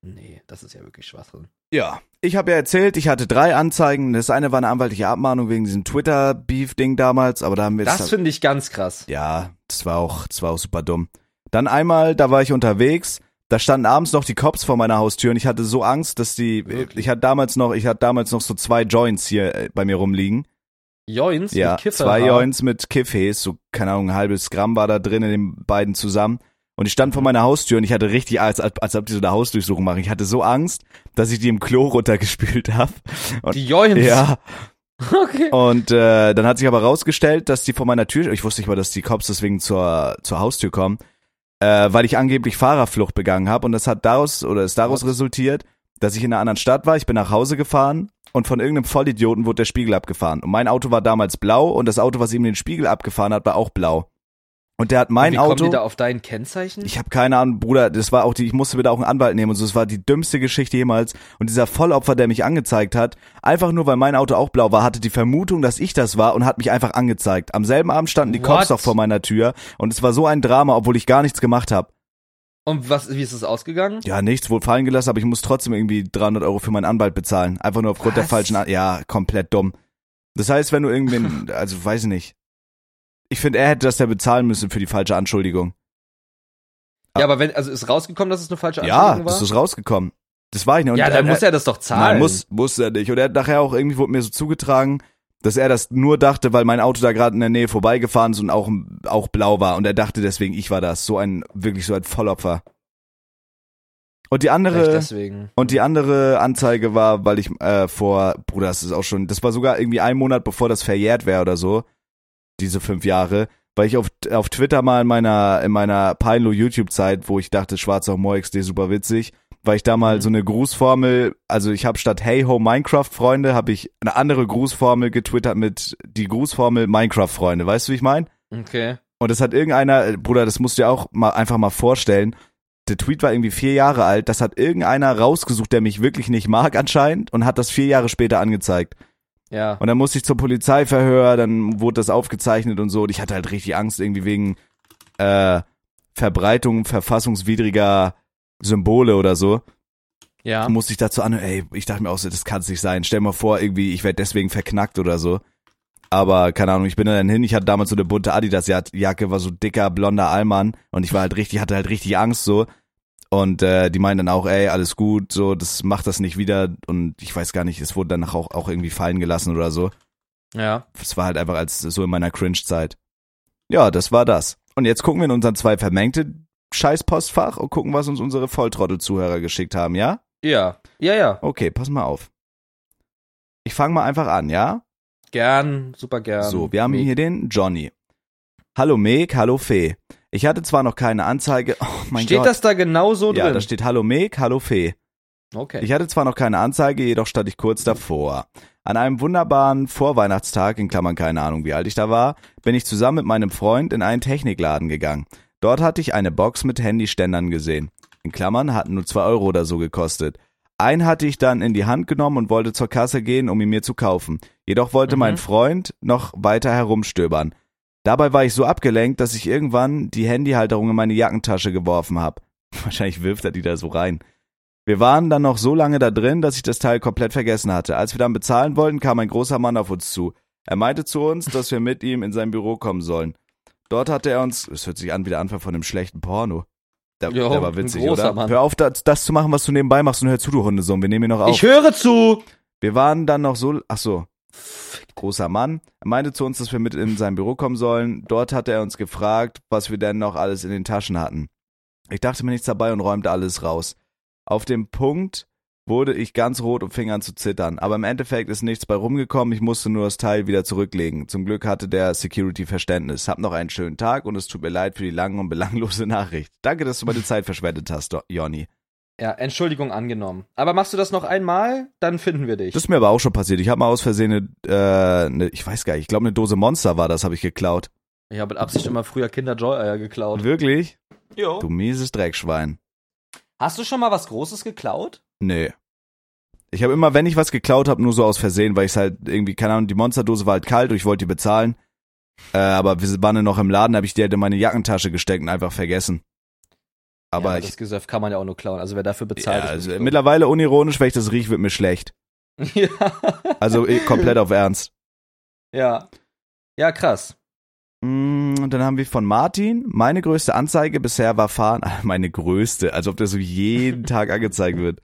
Speaker 2: Nee, das ist ja wirklich Schwachsinn.
Speaker 1: Ja, ich habe ja erzählt, ich hatte drei Anzeigen. Das eine war eine anwaltliche Abmahnung wegen diesem Twitter-Beef-Ding damals, aber da haben wir
Speaker 2: Das finde ich ganz krass.
Speaker 1: Ja, das war auch, das war auch super dumm. Dann einmal, da war ich unterwegs, da standen abends noch die Cops vor meiner Haustür und ich hatte so Angst, dass die,
Speaker 2: Wirklich?
Speaker 1: ich hatte damals noch, ich hatte damals noch so zwei Joints hier äh, bei mir rumliegen.
Speaker 2: Joins
Speaker 1: Ja,
Speaker 2: mit Kiffer.
Speaker 1: zwei Joints mit Kiffhäs, so, keine Ahnung, ein halbes Gramm war da drin in den beiden zusammen. Und ich stand vor meiner Haustür und ich hatte richtig, als, als, als ob die so eine Hausdurchsuchung machen. Ich hatte so Angst, dass ich die im Klo runtergespült habe.
Speaker 2: Die Joins.
Speaker 1: Ja,
Speaker 2: Okay.
Speaker 1: und äh, dann hat sich aber rausgestellt, dass die vor meiner Tür, ich wusste nicht mal, dass die Cops deswegen zur, zur Haustür kommen, äh, weil ich angeblich Fahrerflucht begangen habe und das hat daraus oder ist daraus resultiert, dass ich in einer anderen Stadt war, ich bin nach Hause gefahren und von irgendeinem Vollidioten wurde der Spiegel abgefahren. Und mein Auto war damals blau und das Auto, was ihm den Spiegel abgefahren hat, war auch blau. Und der hat mein
Speaker 2: Wie
Speaker 1: Auto.
Speaker 2: kommen die da auf dein Kennzeichen?
Speaker 1: Ich habe keine Ahnung, Bruder, das war auch die, ich musste mir da auch einen Anwalt nehmen und so, das war die dümmste Geschichte jemals. Und dieser Vollopfer, der mich angezeigt hat, einfach nur weil mein Auto auch blau war, hatte die Vermutung, dass ich das war und hat mich einfach angezeigt. Am selben Abend standen die Cops
Speaker 2: What?
Speaker 1: auch vor meiner Tür und es war so ein Drama, obwohl ich gar nichts gemacht habe.
Speaker 2: Und was, wie ist es ausgegangen?
Speaker 1: Ja, nichts, wohl fallen gelassen, aber ich muss trotzdem irgendwie 300 Euro für meinen Anwalt bezahlen. Einfach nur aufgrund der
Speaker 2: Was?
Speaker 1: falschen, An ja, komplett dumm. Das heißt, wenn du irgendwen, also weiß ich nicht. Ich finde, er hätte das ja bezahlen müssen für die falsche Anschuldigung.
Speaker 2: Ja, aber wenn, also ist rausgekommen, dass es eine falsche
Speaker 1: Ja,
Speaker 2: Anschuldigung war?
Speaker 1: das ist rausgekommen. Das war ich nicht. Und
Speaker 2: ja, dann
Speaker 1: er-
Speaker 2: muss er das doch zahlen.
Speaker 1: Nein, muss, muss er nicht. Und er hat nachher auch irgendwie wurde mir so zugetragen, dass er das nur dachte, weil mein Auto da gerade in der Nähe vorbeigefahren ist und auch, auch blau war. Und er dachte deswegen, ich war das. So ein, wirklich so ein Vollopfer. Und die
Speaker 2: Vielleicht
Speaker 1: andere,
Speaker 2: deswegen.
Speaker 1: und die andere Anzeige war, weil ich äh, vor, Bruder, das ist auch schon, das war sogar irgendwie ein Monat bevor das verjährt wäre oder so, diese fünf Jahre, weil ich auf, auf Twitter mal in meiner, in meiner Peinlo YouTube-Zeit, wo ich dachte, schwarzer Humor XD super witzig, weil ich da mal
Speaker 2: Mhm.
Speaker 1: so eine Grußformel, also ich habe statt Hey ho Minecraft Freunde, habe ich eine andere Grußformel getwittert mit die Grußformel Minecraft Freunde, weißt du, wie ich meine?
Speaker 2: Okay.
Speaker 1: Und das hat irgendeiner, äh, Bruder, das musst du dir auch mal einfach mal vorstellen. Der Tweet war irgendwie vier Jahre alt. Das hat irgendeiner rausgesucht, der mich wirklich nicht mag anscheinend und hat das vier Jahre später angezeigt.
Speaker 2: Ja.
Speaker 1: Und dann musste ich zur Polizeiverhör, dann wurde das aufgezeichnet und so. Und ich hatte halt richtig Angst irgendwie wegen äh, Verbreitung verfassungswidriger Symbole oder so.
Speaker 2: Ja.
Speaker 1: Dann musste ich dazu an, ey, ich dachte mir auch so, das kann's nicht sein. Stell mal vor, irgendwie, ich werde deswegen verknackt oder so. Aber keine Ahnung, ich bin da dann hin, ich hatte damals so eine bunte Adidas-Jacke, war so dicker, blonder Allmann und ich war halt richtig, hatte halt richtig Angst so. Und äh, die meinen dann auch, ey, alles gut, so, das macht das nicht wieder und ich weiß gar nicht, es wurde danach auch, auch irgendwie fallen gelassen oder so.
Speaker 2: Ja.
Speaker 1: Es war halt einfach als so in meiner Cringe-Zeit. Ja, das war das. Und jetzt gucken wir in unseren zwei vermengte Scheißpostfach und gucken, was uns unsere Volltrottel-Zuhörer geschickt haben, ja?
Speaker 2: Ja. Ja, ja.
Speaker 1: Okay, pass mal auf. Ich fange mal einfach an, ja?
Speaker 2: Gern, super gern.
Speaker 1: so, wir haben hier den Johnny. Hallo Meg, hallo Fee. Ich hatte zwar noch keine Anzeige. Oh mein
Speaker 2: Steht
Speaker 1: Gott.
Speaker 2: das da genau so
Speaker 1: ja,
Speaker 2: drin?
Speaker 1: da steht Hallo Meg, hallo Fee.
Speaker 2: okay.
Speaker 1: Ich hatte zwar noch keine Anzeige, jedoch stand ich kurz davor. An einem wunderbaren Vorweihnachtstag, in Klammern keine Ahnung, wie alt ich da war, bin ich zusammen mit meinem Freund in einen Technikladen gegangen. Dort hatte ich eine Box mit Handyständern gesehen. In Klammern hatten nur zwei Euro oder so gekostet. Einen hatte ich dann in die Hand genommen und wollte zur Kasse gehen, um ihn mir zu kaufen. Jedoch wollte
Speaker 2: Mhm.
Speaker 1: mein Freund noch weiter herumstöbern. Dabei war ich so abgelenkt, dass ich irgendwann die Handyhalterung in meine Jackentasche geworfen habe. Wahrscheinlich wirft er die da so rein. Wir waren dann noch so lange da drin, dass ich das Teil komplett vergessen hatte. Als wir dann bezahlen wollten, kam ein großer Mann auf uns zu. Er meinte zu uns, dass wir mit ihm in sein Büro kommen sollen. Dort hatte er uns, es hört sich an wie der Anfang von einem schlechten Porno. Der,
Speaker 2: Jo,
Speaker 1: der war
Speaker 2: ein
Speaker 1: witzig,
Speaker 2: großer
Speaker 1: oder?
Speaker 2: Mann.
Speaker 1: Hör auf, das, das zu machen, was du nebenbei machst und hör zu, du Hundesohn. Wir nehmen ihn noch auf.
Speaker 2: Ich höre zu.
Speaker 1: Wir waren dann noch so, ach so, großer Mann. Er meinte zu uns, dass wir mit in sein Büro kommen sollen. Dort hatte er uns gefragt, was wir denn noch alles in den Taschen hatten. Ich dachte mir nichts dabei und räumte alles raus. Auf dem Punkt wurde ich ganz rot und fing an zu zittern. Aber im Endeffekt ist nichts bei rumgekommen. Ich musste nur das Teil wieder zurücklegen. Zum Glück hatte der Security Verständnis. Hab noch einen schönen Tag und es tut mir leid für die lange und belanglose Nachricht. Danke, dass du meine Zeit verschwendet hast, Do- Jonny.
Speaker 2: Ja, Entschuldigung angenommen. Aber machst du das noch einmal, dann finden wir dich.
Speaker 1: Das ist mir aber auch schon passiert. Ich habe mal aus Versehen eine, äh, eine ich weiß gar nicht, ich glaube eine Dose Monster war das, habe ich geklaut.
Speaker 2: ich habe mit Absicht immer früher Kinder Joy Eier geklaut.
Speaker 1: Wirklich?
Speaker 2: Jo.
Speaker 1: Du mieses Dreckschwein.
Speaker 2: Hast du schon mal was Großes geklaut?
Speaker 1: Nee. Ich habe immer, wenn ich was geklaut habe, nur so aus Versehen, weil ich halt irgendwie, keine Ahnung, die Monsterdose war halt kalt und ich wollte die bezahlen. Äh, aber wir waren ja noch im Laden, habe ich die halt in meine Jackentasche gesteckt und einfach vergessen. Aber
Speaker 2: ja,
Speaker 1: ich,
Speaker 2: das Gesöff kann man ja auch nur klauen. Also wer dafür
Speaker 1: ja,
Speaker 2: bezahlt, ist
Speaker 1: also,
Speaker 2: nicht dumm.
Speaker 1: mittlerweile unironisch, wenn ich das rieche, wird mir schlecht.
Speaker 2: ja.
Speaker 1: Also eh, komplett auf Ernst.
Speaker 2: ja. Ja, krass.
Speaker 1: Mm, Und dann haben wir von Martin, meine größte Anzeige bisher war Fahren, meine größte, als ob das so jeden Tag angezeigt wird.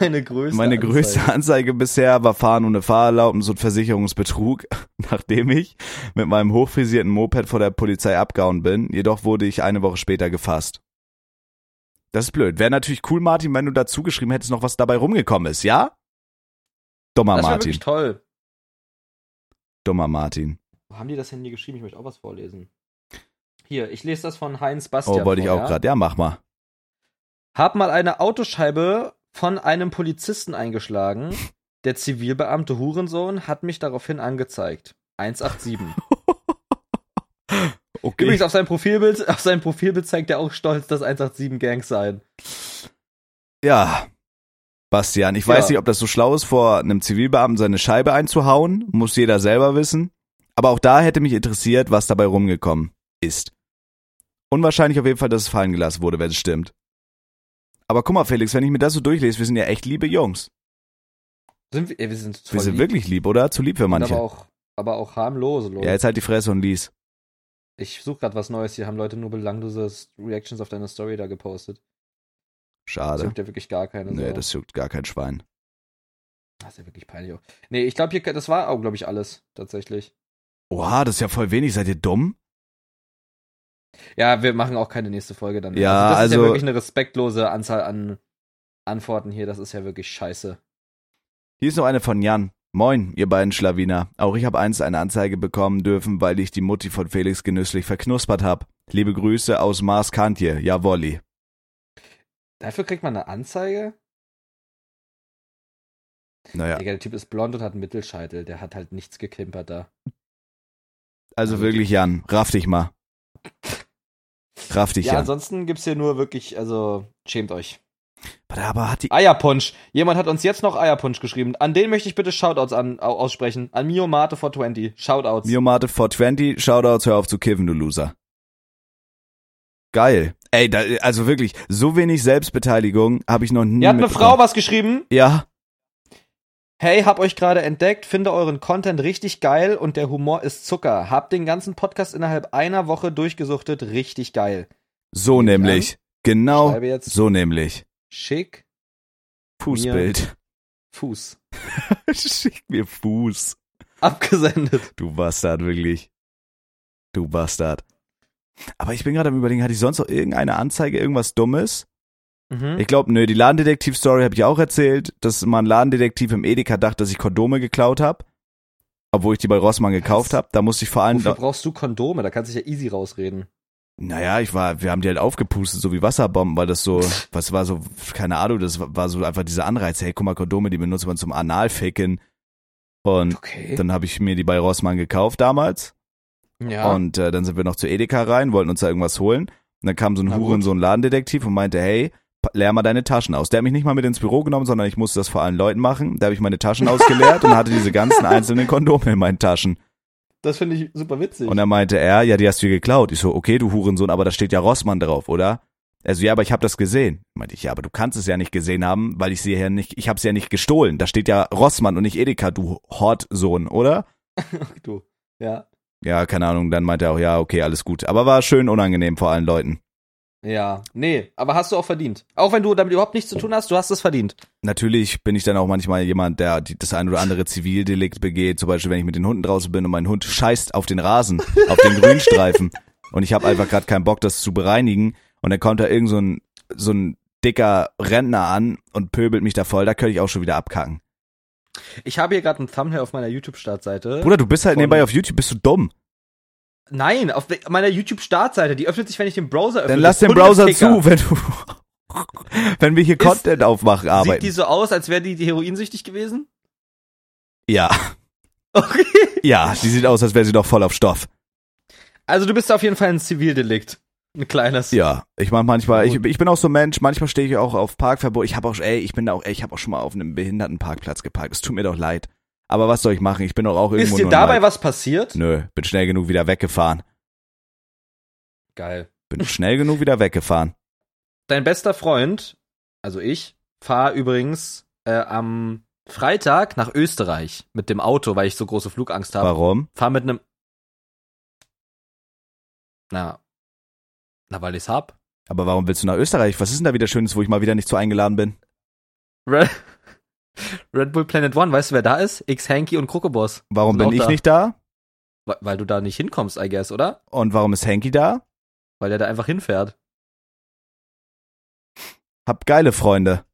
Speaker 2: Meine größte.
Speaker 1: Meine größte Anzeige bisher war Fahren ohne Fahrerlaubnis und Versicherungsbetrug, nachdem ich mit meinem hochfrisierten Moped vor der Polizei abgehauen bin. Jedoch wurde ich eine Woche später gefasst. Das ist blöd. Wäre natürlich cool, Martin, wenn du dazu geschrieben hättest, noch was dabei rumgekommen ist, ja? Dummer
Speaker 2: Das war
Speaker 1: Martin.
Speaker 2: wirklich toll.
Speaker 1: Dummer Martin.
Speaker 2: Wo haben die das denn hier geschrieben? Ich möchte auch was vorlesen. Hier, ich lese das von Heinz Bastian.
Speaker 1: Oh, wollte ich
Speaker 2: vor,
Speaker 1: auch
Speaker 2: ja?
Speaker 1: gerade. Ja, mach mal.
Speaker 2: Hab mal eine Autoscheibe von einem Polizisten eingeschlagen. Der zivilbeamte Hurensohn hat mich daraufhin angezeigt. 187.
Speaker 1: Okay.
Speaker 2: Übrigens auf seinem Profilbild, auf seinem Profilbild zeigt er auch stolz das 187 Gang sein.
Speaker 1: Ja. Bastian, ich weiß
Speaker 2: Ja.
Speaker 1: nicht, ob das so schlau ist, vor einem Zivilbeamten seine Scheibe einzuhauen. Muss jeder selber wissen. Aber auch da hätte mich interessiert, was dabei rumgekommen ist. Unwahrscheinlich auf jeden Fall, dass es fallen gelassen wurde, wenn es stimmt. Aber guck mal, Felix, wenn ich mir das so durchlese, wir sind ja echt liebe Jungs.
Speaker 2: Sind wir, ey, wir sind, voll
Speaker 1: wir sind
Speaker 2: lieb,
Speaker 1: wirklich lieb, oder? Zu lieb für
Speaker 2: sind
Speaker 1: manche.
Speaker 2: Aber auch, aber auch harmlose Leute.
Speaker 1: Ja, jetzt halt die Fresse und lies.
Speaker 2: Ich suche gerade was Neues. Hier haben Leute nur belanglose S- Reactions auf deine Story da gepostet. Das
Speaker 1: Schade.
Speaker 2: juckt ja wirklich gar keine.
Speaker 1: Nee,
Speaker 2: so.
Speaker 1: das juckt gar kein Schwein.
Speaker 2: Das ist ja wirklich peinlich. auch. Nee, ich glaube, das war auch, glaube ich, alles tatsächlich.
Speaker 1: Oha, das ist ja voll wenig. Seid ihr dumm?
Speaker 2: Ja, wir machen auch keine nächste Folge dann.
Speaker 1: Ja,
Speaker 2: das ist ja
Speaker 1: also-
Speaker 2: wirklich eine respektlose Anzahl an Antworten hier. Das ist ja wirklich scheiße.
Speaker 1: Hier ist noch eine von Jan. Moin, ihr beiden Schlawiner. Auch ich habe einst eine Anzeige bekommen dürfen, weil ich die Mutti von Felix genüsslich verknuspert hab. Liebe Grüße aus Mars Kantje. Jawolli.
Speaker 2: Dafür kriegt man eine Anzeige?
Speaker 1: Naja,
Speaker 2: Digga, der Typ ist blond und hat einen Mittelscheitel. Der hat halt nichts gekimpert da.
Speaker 1: also wirklich Jan, raff dich mal. Raff dich,
Speaker 2: ja,
Speaker 1: Jan.
Speaker 2: also- ansonsten gibt's hier nur wirklich, also schämt euch.
Speaker 1: Warte, Aber hat die...
Speaker 2: Eierpunsch. Jemand hat uns jetzt noch Eierpunsch geschrieben. An den möchte ich bitte Shoutouts an, au- aussprechen. An Mio Mate 420. Shoutouts.
Speaker 1: Miomate 420, Shoutouts, hör auf zu kiffen, du Loser. Geil. Ey, da, also wirklich, so wenig Selbstbeteiligung habe ich noch nie
Speaker 2: Ihr hat eine
Speaker 1: mitbekommen.
Speaker 2: Frau was geschrieben.
Speaker 1: Ja,
Speaker 2: Hey, hab euch gerade entdeckt, finde euren Content richtig geil und der Humor ist Zucker. Hab den ganzen Podcast innerhalb einer Woche durchgesuchtet, richtig geil.
Speaker 1: so
Speaker 2: Nehme
Speaker 1: nämlich.
Speaker 2: ich
Speaker 1: Genau,
Speaker 2: Schreibe jetzt
Speaker 1: so nämlich.
Speaker 2: schick
Speaker 1: Fußbild.
Speaker 2: Fuß.
Speaker 1: Schick mir Fuß.
Speaker 2: Abgesendet.
Speaker 1: Du Bastard, wirklich. Du Bastard. Aber ich bin gerade am überlegen, hatte ich sonst noch irgendeine Anzeige, irgendwas Dummes?
Speaker 2: Mhm.
Speaker 1: Ich glaube, nö, die Ladendetektiv-Story habe ich auch erzählt, dass mal ein Ladendetektiv im Edeka dachte, dass ich Kondome geklaut habe. Obwohl ich die bei Rossmann gekauft
Speaker 2: Was?
Speaker 1: habe. Da musste ich vor allem...
Speaker 2: Wofür brauchst du Kondome? Da kannst du dich ja easy rausreden.
Speaker 1: Naja, ich war, wir haben die halt aufgepustet, so wie Wasserbomben, weil das so, was war so, keine Ahnung, das war so einfach dieser Anreiz, hey, guck mal, Kondome, die benutzt man zum Analficken. Und
Speaker 2: Okay.
Speaker 1: dann habe ich mir die bei Rossmann gekauft damals.
Speaker 2: ja.
Speaker 1: Und äh, dann sind wir noch zu Edeka rein, wollten uns da irgendwas holen. Und dann kam so ein
Speaker 2: Na gut.
Speaker 1: Huren, so ein Ladendetektiv und meinte, hey, pa- leer mal deine Taschen aus. Der hat mich nicht mal mit ins Büro genommen, sondern ich musste das vor allen Leuten machen. Da habe ich meine Taschen ausgeleert und hatte diese ganzen einzelnen Kondome in meinen Taschen.
Speaker 2: das finde ich super witzig.
Speaker 1: Und dann meinte er, ja, die hast du dir geklaut. Ich so, okay, du Hurensohn, aber da steht ja Rossmann drauf, oder? Also ja, aber ich habe das gesehen. Meinte ich, ja, aber du kannst es ja nicht gesehen haben, weil ich sie ja nicht, ich habe es ja nicht gestohlen. Da steht ja Rossmann und nicht Edeka, du Hortsohn, oder?
Speaker 2: du. Ja.
Speaker 1: Ja, keine Ahnung. Dann meinte er auch, ja, okay, alles gut. Aber war schön unangenehm vor allen Leuten.
Speaker 2: Ja. Nee, aber hast du auch verdient. Auch wenn du damit überhaupt nichts zu tun hast, du hast es verdient.
Speaker 1: Natürlich bin ich dann auch manchmal jemand, der die, das ein oder andere Zivildelikt begeht. Zum Beispiel, wenn ich mit den Hunden draußen bin und mein Hund scheißt auf den Rasen, auf den Grünstreifen. Und ich habe einfach gerade keinen Bock, das zu bereinigen. Und dann kommt da irgend so ein, so ein dicker Rentner an und pöbelt mich da voll. Da könnte ich auch schon wieder abkacken.
Speaker 2: Ich habe hier gerade ein Thumbnail auf meiner YouTube-Startseite.
Speaker 1: Bruder, du bist halt
Speaker 2: Voll.
Speaker 1: nebenbei auf YouTube. Bist du dumm?
Speaker 2: Nein, auf de- meiner YouTube-Startseite. Die öffnet sich, wenn ich den Browser öffne.
Speaker 1: Dann lass den
Speaker 2: Hundeticker.
Speaker 1: Browser zu, wenn du... Wenn wir hier Content aufmachen,
Speaker 2: Sieht die
Speaker 1: arbeiten.
Speaker 2: so aus, als wäre die, die heroinsüchtig gewesen?
Speaker 1: Ja,
Speaker 2: Okay.
Speaker 1: ja, die sieht aus, als wäre sie doch voll auf Stoff.
Speaker 2: Also du bist auf jeden Fall ein Zivildelikt. Ein kleines.
Speaker 1: Ja, ich mach manchmal, ich,
Speaker 2: Gut.
Speaker 1: ich bin auch so ein Mensch, manchmal stehe ich auch auf Parkverbot. Ich habe auch, ey, ich bin da auch, ey, ich habe auch schon mal auf einem Behindertenparkplatz geparkt. Es tut mir doch leid. Aber was soll ich machen? Ich bin doch auch irgendwo
Speaker 2: Ist dir
Speaker 1: nur
Speaker 2: dabei
Speaker 1: ein Leid.
Speaker 2: was passiert?
Speaker 1: Nö, bin schnell genug wieder weggefahren.
Speaker 2: Geil.
Speaker 1: Bin schnell genug wieder weggefahren.
Speaker 2: dein bester Freund, also ich, fahr übrigens äh, am Freitag nach Österreich mit dem Auto, weil ich so große Flugangst habe.
Speaker 1: Warum?
Speaker 2: Fahr mit einem. Na. Na, weil ich's hab.
Speaker 1: Aber warum willst du nach Österreich? Was ist denn da wieder Schönes, wo ich mal wieder nicht so eingeladen bin?
Speaker 2: Red, Red Bull Planet One, weißt du, wer da ist? X-Hanky und Krokoboss.
Speaker 1: Warum bin
Speaker 2: Sind auch
Speaker 1: ich
Speaker 2: da.
Speaker 1: nicht da?
Speaker 2: Weil, weil du da nicht hinkommst, I guess, oder?
Speaker 1: Und warum ist Hanky da?
Speaker 2: Weil der da einfach hinfährt.
Speaker 1: Hab geile Freunde.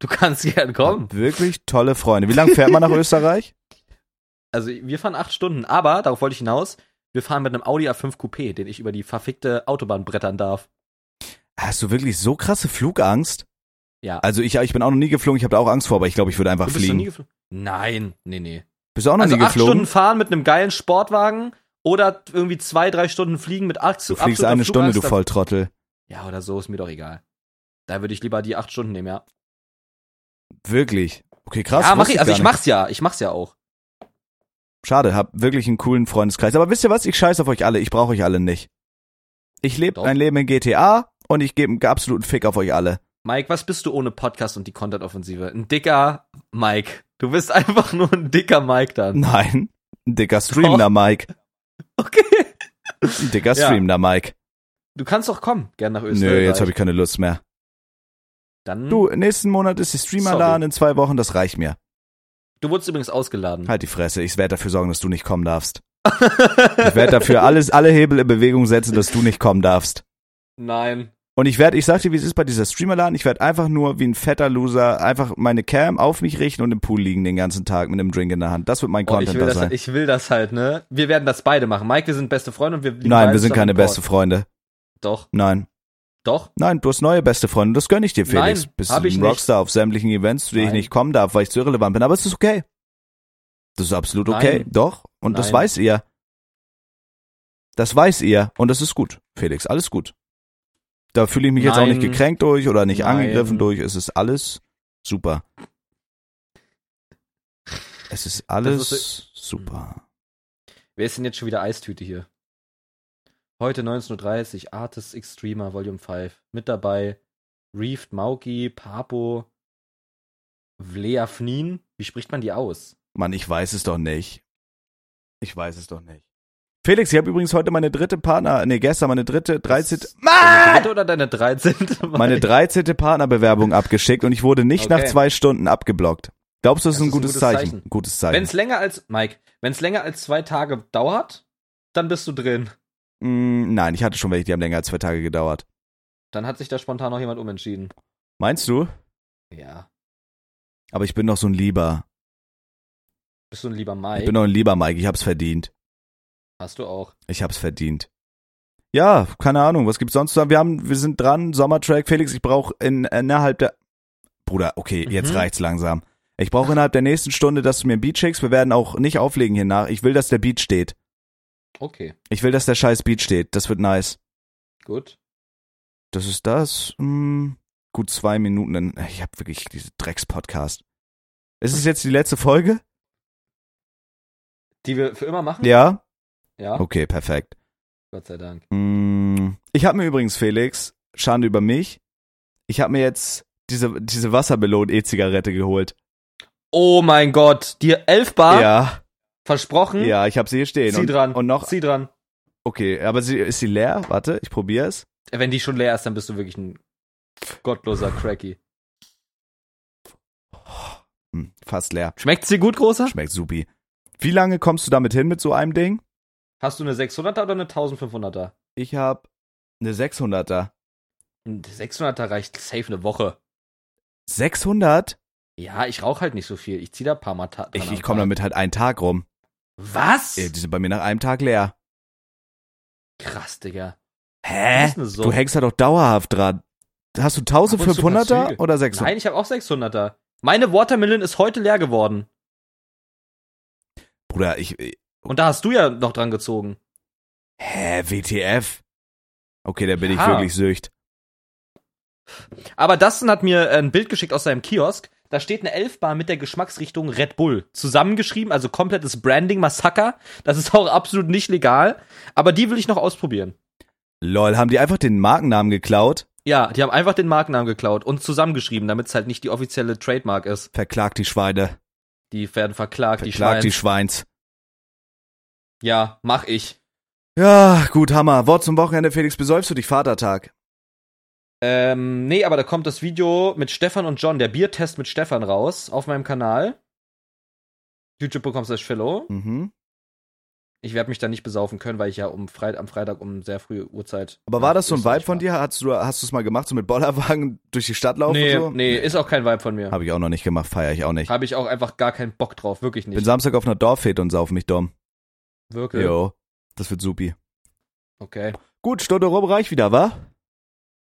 Speaker 2: Du kannst gern kommen.
Speaker 1: Hab wirklich tolle Freunde. Wie lange fährt man nach Österreich?
Speaker 2: Also, wir fahren acht Stunden, aber, darauf wollte ich hinaus, wir fahren mit einem Audi A5 Coupé, den ich über die verfickte Autobahn brettern darf.
Speaker 1: Hast du wirklich so krasse Flugangst?
Speaker 2: Ja.
Speaker 1: Also ich, ich bin auch noch nie geflogen, ich habe da auch Angst vor, aber ich glaube, ich würde einfach
Speaker 2: du bist noch
Speaker 1: fliegen.
Speaker 2: nie geflogen? Nein, nee, nee.
Speaker 1: bist du auch noch
Speaker 2: Also
Speaker 1: nie
Speaker 2: acht Stunden
Speaker 1: geflogen?
Speaker 2: fahren mit einem geilen Sportwagen oder irgendwie zwei, drei Stunden fliegen mit acht
Speaker 1: Du fliegst eine Stunde, du Volltrottel.
Speaker 2: Ja, oder so, ist mir doch egal. Da würde ich lieber die acht Stunden nehmen, ja.
Speaker 1: Wirklich. Okay, krass.
Speaker 2: ja, mach
Speaker 1: wusste
Speaker 2: ich, also
Speaker 1: gar
Speaker 2: ich
Speaker 1: nicht.
Speaker 2: mach's ja, ich mach's ja auch.
Speaker 1: Schade, hab wirklich einen coolen Freundeskreis. Aber wisst ihr was? Ich scheiß auf euch alle. Ich brauche euch alle nicht. Ich lebe
Speaker 2: Doch.
Speaker 1: mein Leben in GTA und ich gebe einen absoluten Fick auf euch alle.
Speaker 2: Mike, was bist du ohne Podcast und die Content-Offensive? Ein dicker Mike. Du bist einfach nur ein dicker Mike dann.
Speaker 1: Nein. Ein dicker Streamender Mike.
Speaker 2: Okay.
Speaker 1: Ein dicker
Speaker 2: Ja.
Speaker 1: Streamender Mike.
Speaker 2: Du kannst doch kommen, gern nach Österreich.
Speaker 1: Nö, jetzt habe ich keine Lust mehr.
Speaker 2: Dann,
Speaker 1: Du,
Speaker 2: du.
Speaker 1: nächsten Monat ist die Streamer
Speaker 2: Hm? Sorry.
Speaker 1: da und in zwei Wochen, das reicht mir.
Speaker 2: du wurdest übrigens ausgeladen.
Speaker 1: Halt die Fresse, ich werde dafür sorgen, dass du nicht kommen darfst. Ich werde dafür alles, alle Hebel in Bewegung setzen, dass du nicht kommen darfst.
Speaker 2: Nein.
Speaker 1: Und ich werde, ich sag dir, wie es ist bei dieser Streamerladen, ich werde einfach nur wie ein fetter Loser einfach meine Cam auf mich richten und im Pool liegen den ganzen Tag mit einem Drink in der Hand. Das wird mein
Speaker 2: Oh, ich,
Speaker 1: Content
Speaker 2: will
Speaker 1: da
Speaker 2: das,
Speaker 1: sein.
Speaker 2: ich will das halt, ne? Wir werden das beide machen. Mike, wir sind beste Freunde und wir lieben
Speaker 1: Nein,
Speaker 2: beide
Speaker 1: wir sind
Speaker 2: zusammen
Speaker 1: keine
Speaker 2: Sport.
Speaker 1: beste Freunde.
Speaker 2: Doch,
Speaker 1: Nein.
Speaker 2: doch.
Speaker 1: Nein, du hast neue beste Freunde. Das gönn ich dir, Felix.
Speaker 2: Nein,
Speaker 1: Bist
Speaker 2: hab
Speaker 1: du
Speaker 2: ich
Speaker 1: ein
Speaker 2: nicht.
Speaker 1: Rockstar auf sämtlichen Events, zu denen ich
Speaker 2: Nein.
Speaker 1: nicht kommen darf, weil ich zu irrelevant bin. Aber es ist okay. Das ist absolut okay.
Speaker 2: Nein.
Speaker 1: Doch. Und das
Speaker 2: Nein.
Speaker 1: weiß ihr. Das weiß ihr. Und das ist gut, Felix. Alles gut. Da fühle ich mich jetzt auch nicht
Speaker 2: Nein.
Speaker 1: gekränkt durch oder nicht
Speaker 2: Nein.
Speaker 1: angegriffen durch. Es ist alles super. Es ist alles
Speaker 2: ist-
Speaker 1: super.
Speaker 2: Wer ist denn jetzt schon wieder Eistüte hier? Heute 19.30 Uhr, Artist Extremer Volume 5. Mit dabei Reefed Mauki, Papo, Vleafnin. Wie spricht man die aus?
Speaker 1: Mann, ich weiß es doch nicht. Ich weiß es doch nicht. Felix, ich habe übrigens heute meine dritte Partner, nee, gestern meine dritte, 13.
Speaker 2: Deine dritte oder deine 13.
Speaker 1: Ah! meine 13. Partnerbewerbung abgeschickt und ich wurde nicht nach
Speaker 2: Okay.
Speaker 1: zwei Stunden abgeblockt. Glaubst du, das, ist ein gutes, Zeichen?
Speaker 2: Zeichen.
Speaker 1: Ein gutes
Speaker 2: Wenn
Speaker 1: Zeichen.
Speaker 2: es länger als, Mike, wenn es länger als zwei Tage dauert, dann bist du drin.
Speaker 1: Mm, nein, ich hatte schon welche, die haben länger als zwei Tage gedauert.
Speaker 2: Dann hat sich da spontan noch jemand umentschieden.
Speaker 1: Meinst du?
Speaker 2: Ja.
Speaker 1: Aber ich bin doch so ein Lieber.
Speaker 2: Bist du ein lieber
Speaker 1: Ich bin
Speaker 2: Mike?
Speaker 1: doch ein Lieber, Mike. Ich hab's verdient.
Speaker 2: Hast du auch.
Speaker 1: Ich hab's verdient. Ja, keine Ahnung. Was gibt's sonst zu sagen? Wir haben, wir sind dran. Sommertrack. Felix, ich brauche in, innerhalb der, Bruder, okay, jetzt
Speaker 2: Mhm.
Speaker 1: reicht's langsam. Ich brauche innerhalb der nächsten Stunde, dass du mir ein Beat schickst. Wir werden auch nicht auflegen hier nach. Ich will, dass der Beat steht.
Speaker 2: Okay,
Speaker 1: Ich will, dass der scheiß Beat steht. Das wird nice.
Speaker 2: gut.
Speaker 1: Das ist das. Hm, gut zwei Minuten. Dann, ich habe wirklich diese Drecks-Podcast. Ist es jetzt die letzte Folge?
Speaker 2: Die wir für immer machen?
Speaker 1: Ja.
Speaker 2: Ja,
Speaker 1: Okay, perfekt.
Speaker 2: Gott sei Dank.
Speaker 1: Hm, ich habe mir übrigens, Felix, Schande über mich, ich habe mir jetzt diese, diese Wassermelon-E-Zigarette geholt.
Speaker 2: Oh mein Gott, dir 11 Bar?
Speaker 1: Ja,
Speaker 2: Versprochen?
Speaker 1: ja, ich habe sie hier stehen.
Speaker 2: Zieh
Speaker 1: und,
Speaker 2: Ah. Hm. dran.
Speaker 1: Und noch,
Speaker 2: Zieh dran.
Speaker 1: okay, aber sie, ist sie leer? Warte, ich probier's.
Speaker 2: Äh, Wenn die schon leer ist, dann bist du wirklich ein gottloser Cracky.
Speaker 1: Hm, fast leer.
Speaker 2: Schmeckt's dir gut, großer?
Speaker 1: Schmeckt supi. Wie lange kommst du damit hin mit so einem Ding?
Speaker 2: Hast du eine 600er oder eine 1500er?
Speaker 1: Ich habe eine 600er.
Speaker 2: Eine 600er reicht safe eine Woche.
Speaker 1: 600?
Speaker 2: Ja, ich rauche halt nicht so viel. Ich zieh da ein paar Mal ta- dran
Speaker 1: Ich,
Speaker 2: am
Speaker 1: ich komme
Speaker 2: Tag.
Speaker 1: damit halt einen Tag rum.
Speaker 2: Was?
Speaker 1: Ey, Die sind bei mir nach einem Tag leer.
Speaker 2: Krass, Digga.
Speaker 1: Hä?
Speaker 2: ist eine Sucht.
Speaker 1: Du hängst da doch dauerhaft dran. Hast du
Speaker 2: Ab und zu ein paar
Speaker 1: 1500er
Speaker 2: Züge.
Speaker 1: oder 600?
Speaker 2: Nein, ich habe auch 600er. Meine Watermelon ist heute leer geworden.
Speaker 1: Bruder, ich, ich-
Speaker 2: Und da hast du ja noch dran gezogen.
Speaker 1: hä, WTF? Okay, da bin ich
Speaker 2: Ja.
Speaker 1: wirklich sücht.
Speaker 2: Aber Dustin hat mir äh, ein Bild geschickt aus seinem Kiosk. Da steht eine Elfbar mit der Geschmacksrichtung Red Bull. Zusammengeschrieben, also komplettes Branding-Massaker. Das ist auch absolut nicht legal. Aber die will ich noch ausprobieren.
Speaker 1: Lol, haben die einfach den Markennamen geklaut?
Speaker 2: Ja, die haben einfach den Markennamen geklaut und zusammengeschrieben, damit es halt nicht die offizielle Trademark ist.
Speaker 1: Verklagt die Schweine.
Speaker 2: Die werden verklagt,
Speaker 1: Verklagt
Speaker 2: die
Speaker 1: die
Speaker 2: Schweine.
Speaker 1: Schweins.
Speaker 2: Ja, mach ich.
Speaker 1: Ja, gut, Hammer. Wort zum Wochenende, Felix, besäufst du dich Vatertag?
Speaker 2: Ähm, nee, aber da kommt das Video mit Stefan und John, der Biertest mit Stefan raus auf meinem Kanal. YouTube.com slash Philo.
Speaker 1: Mhm.
Speaker 2: Ich werde mich da nicht besaufen können, weil ich ja um Freit am Freitag um sehr frühe Uhrzeit.
Speaker 1: Aber war das so ein Vibe von dir? Hast du hast du es mal gemacht, so mit Bollerwagen durch die Stadt laufen
Speaker 2: Nee,
Speaker 1: und so?
Speaker 2: nee, ist auch kein Vibe von mir. Habe
Speaker 1: Habe ich auch noch nicht gemacht, feiere ich auch nicht.
Speaker 2: hab ich auch einfach gar keinen Bock drauf, wirklich
Speaker 1: Bin
Speaker 2: nicht.
Speaker 1: Samstag auf einer Dorffete und sauf mich Dom.
Speaker 2: Wirklich.
Speaker 1: Jo, das wird supi.
Speaker 2: Okay.
Speaker 1: Gut, Stunde rum reicht wieder, wa?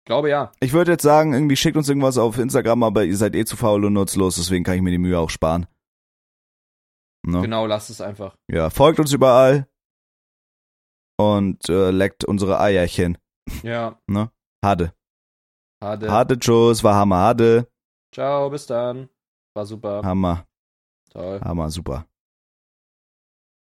Speaker 2: Glaube ja.
Speaker 1: Ich würde jetzt sagen, irgendwie schickt uns irgendwas auf Instagram, aber ihr seid eh zu faul und nutzlos, deswegen kann ich mir die Mühe auch sparen. Ne?
Speaker 2: Genau, lasst es einfach.
Speaker 1: Ja, folgt uns überall und äh, leckt unsere Eierchen.
Speaker 2: Ja.
Speaker 1: Hade.
Speaker 2: Hade.
Speaker 1: Hade, tschüss, war Hammer, Hade.
Speaker 2: Ciao, bis dann. War super.
Speaker 1: Hammer,
Speaker 2: Toll.
Speaker 1: Hammer, super.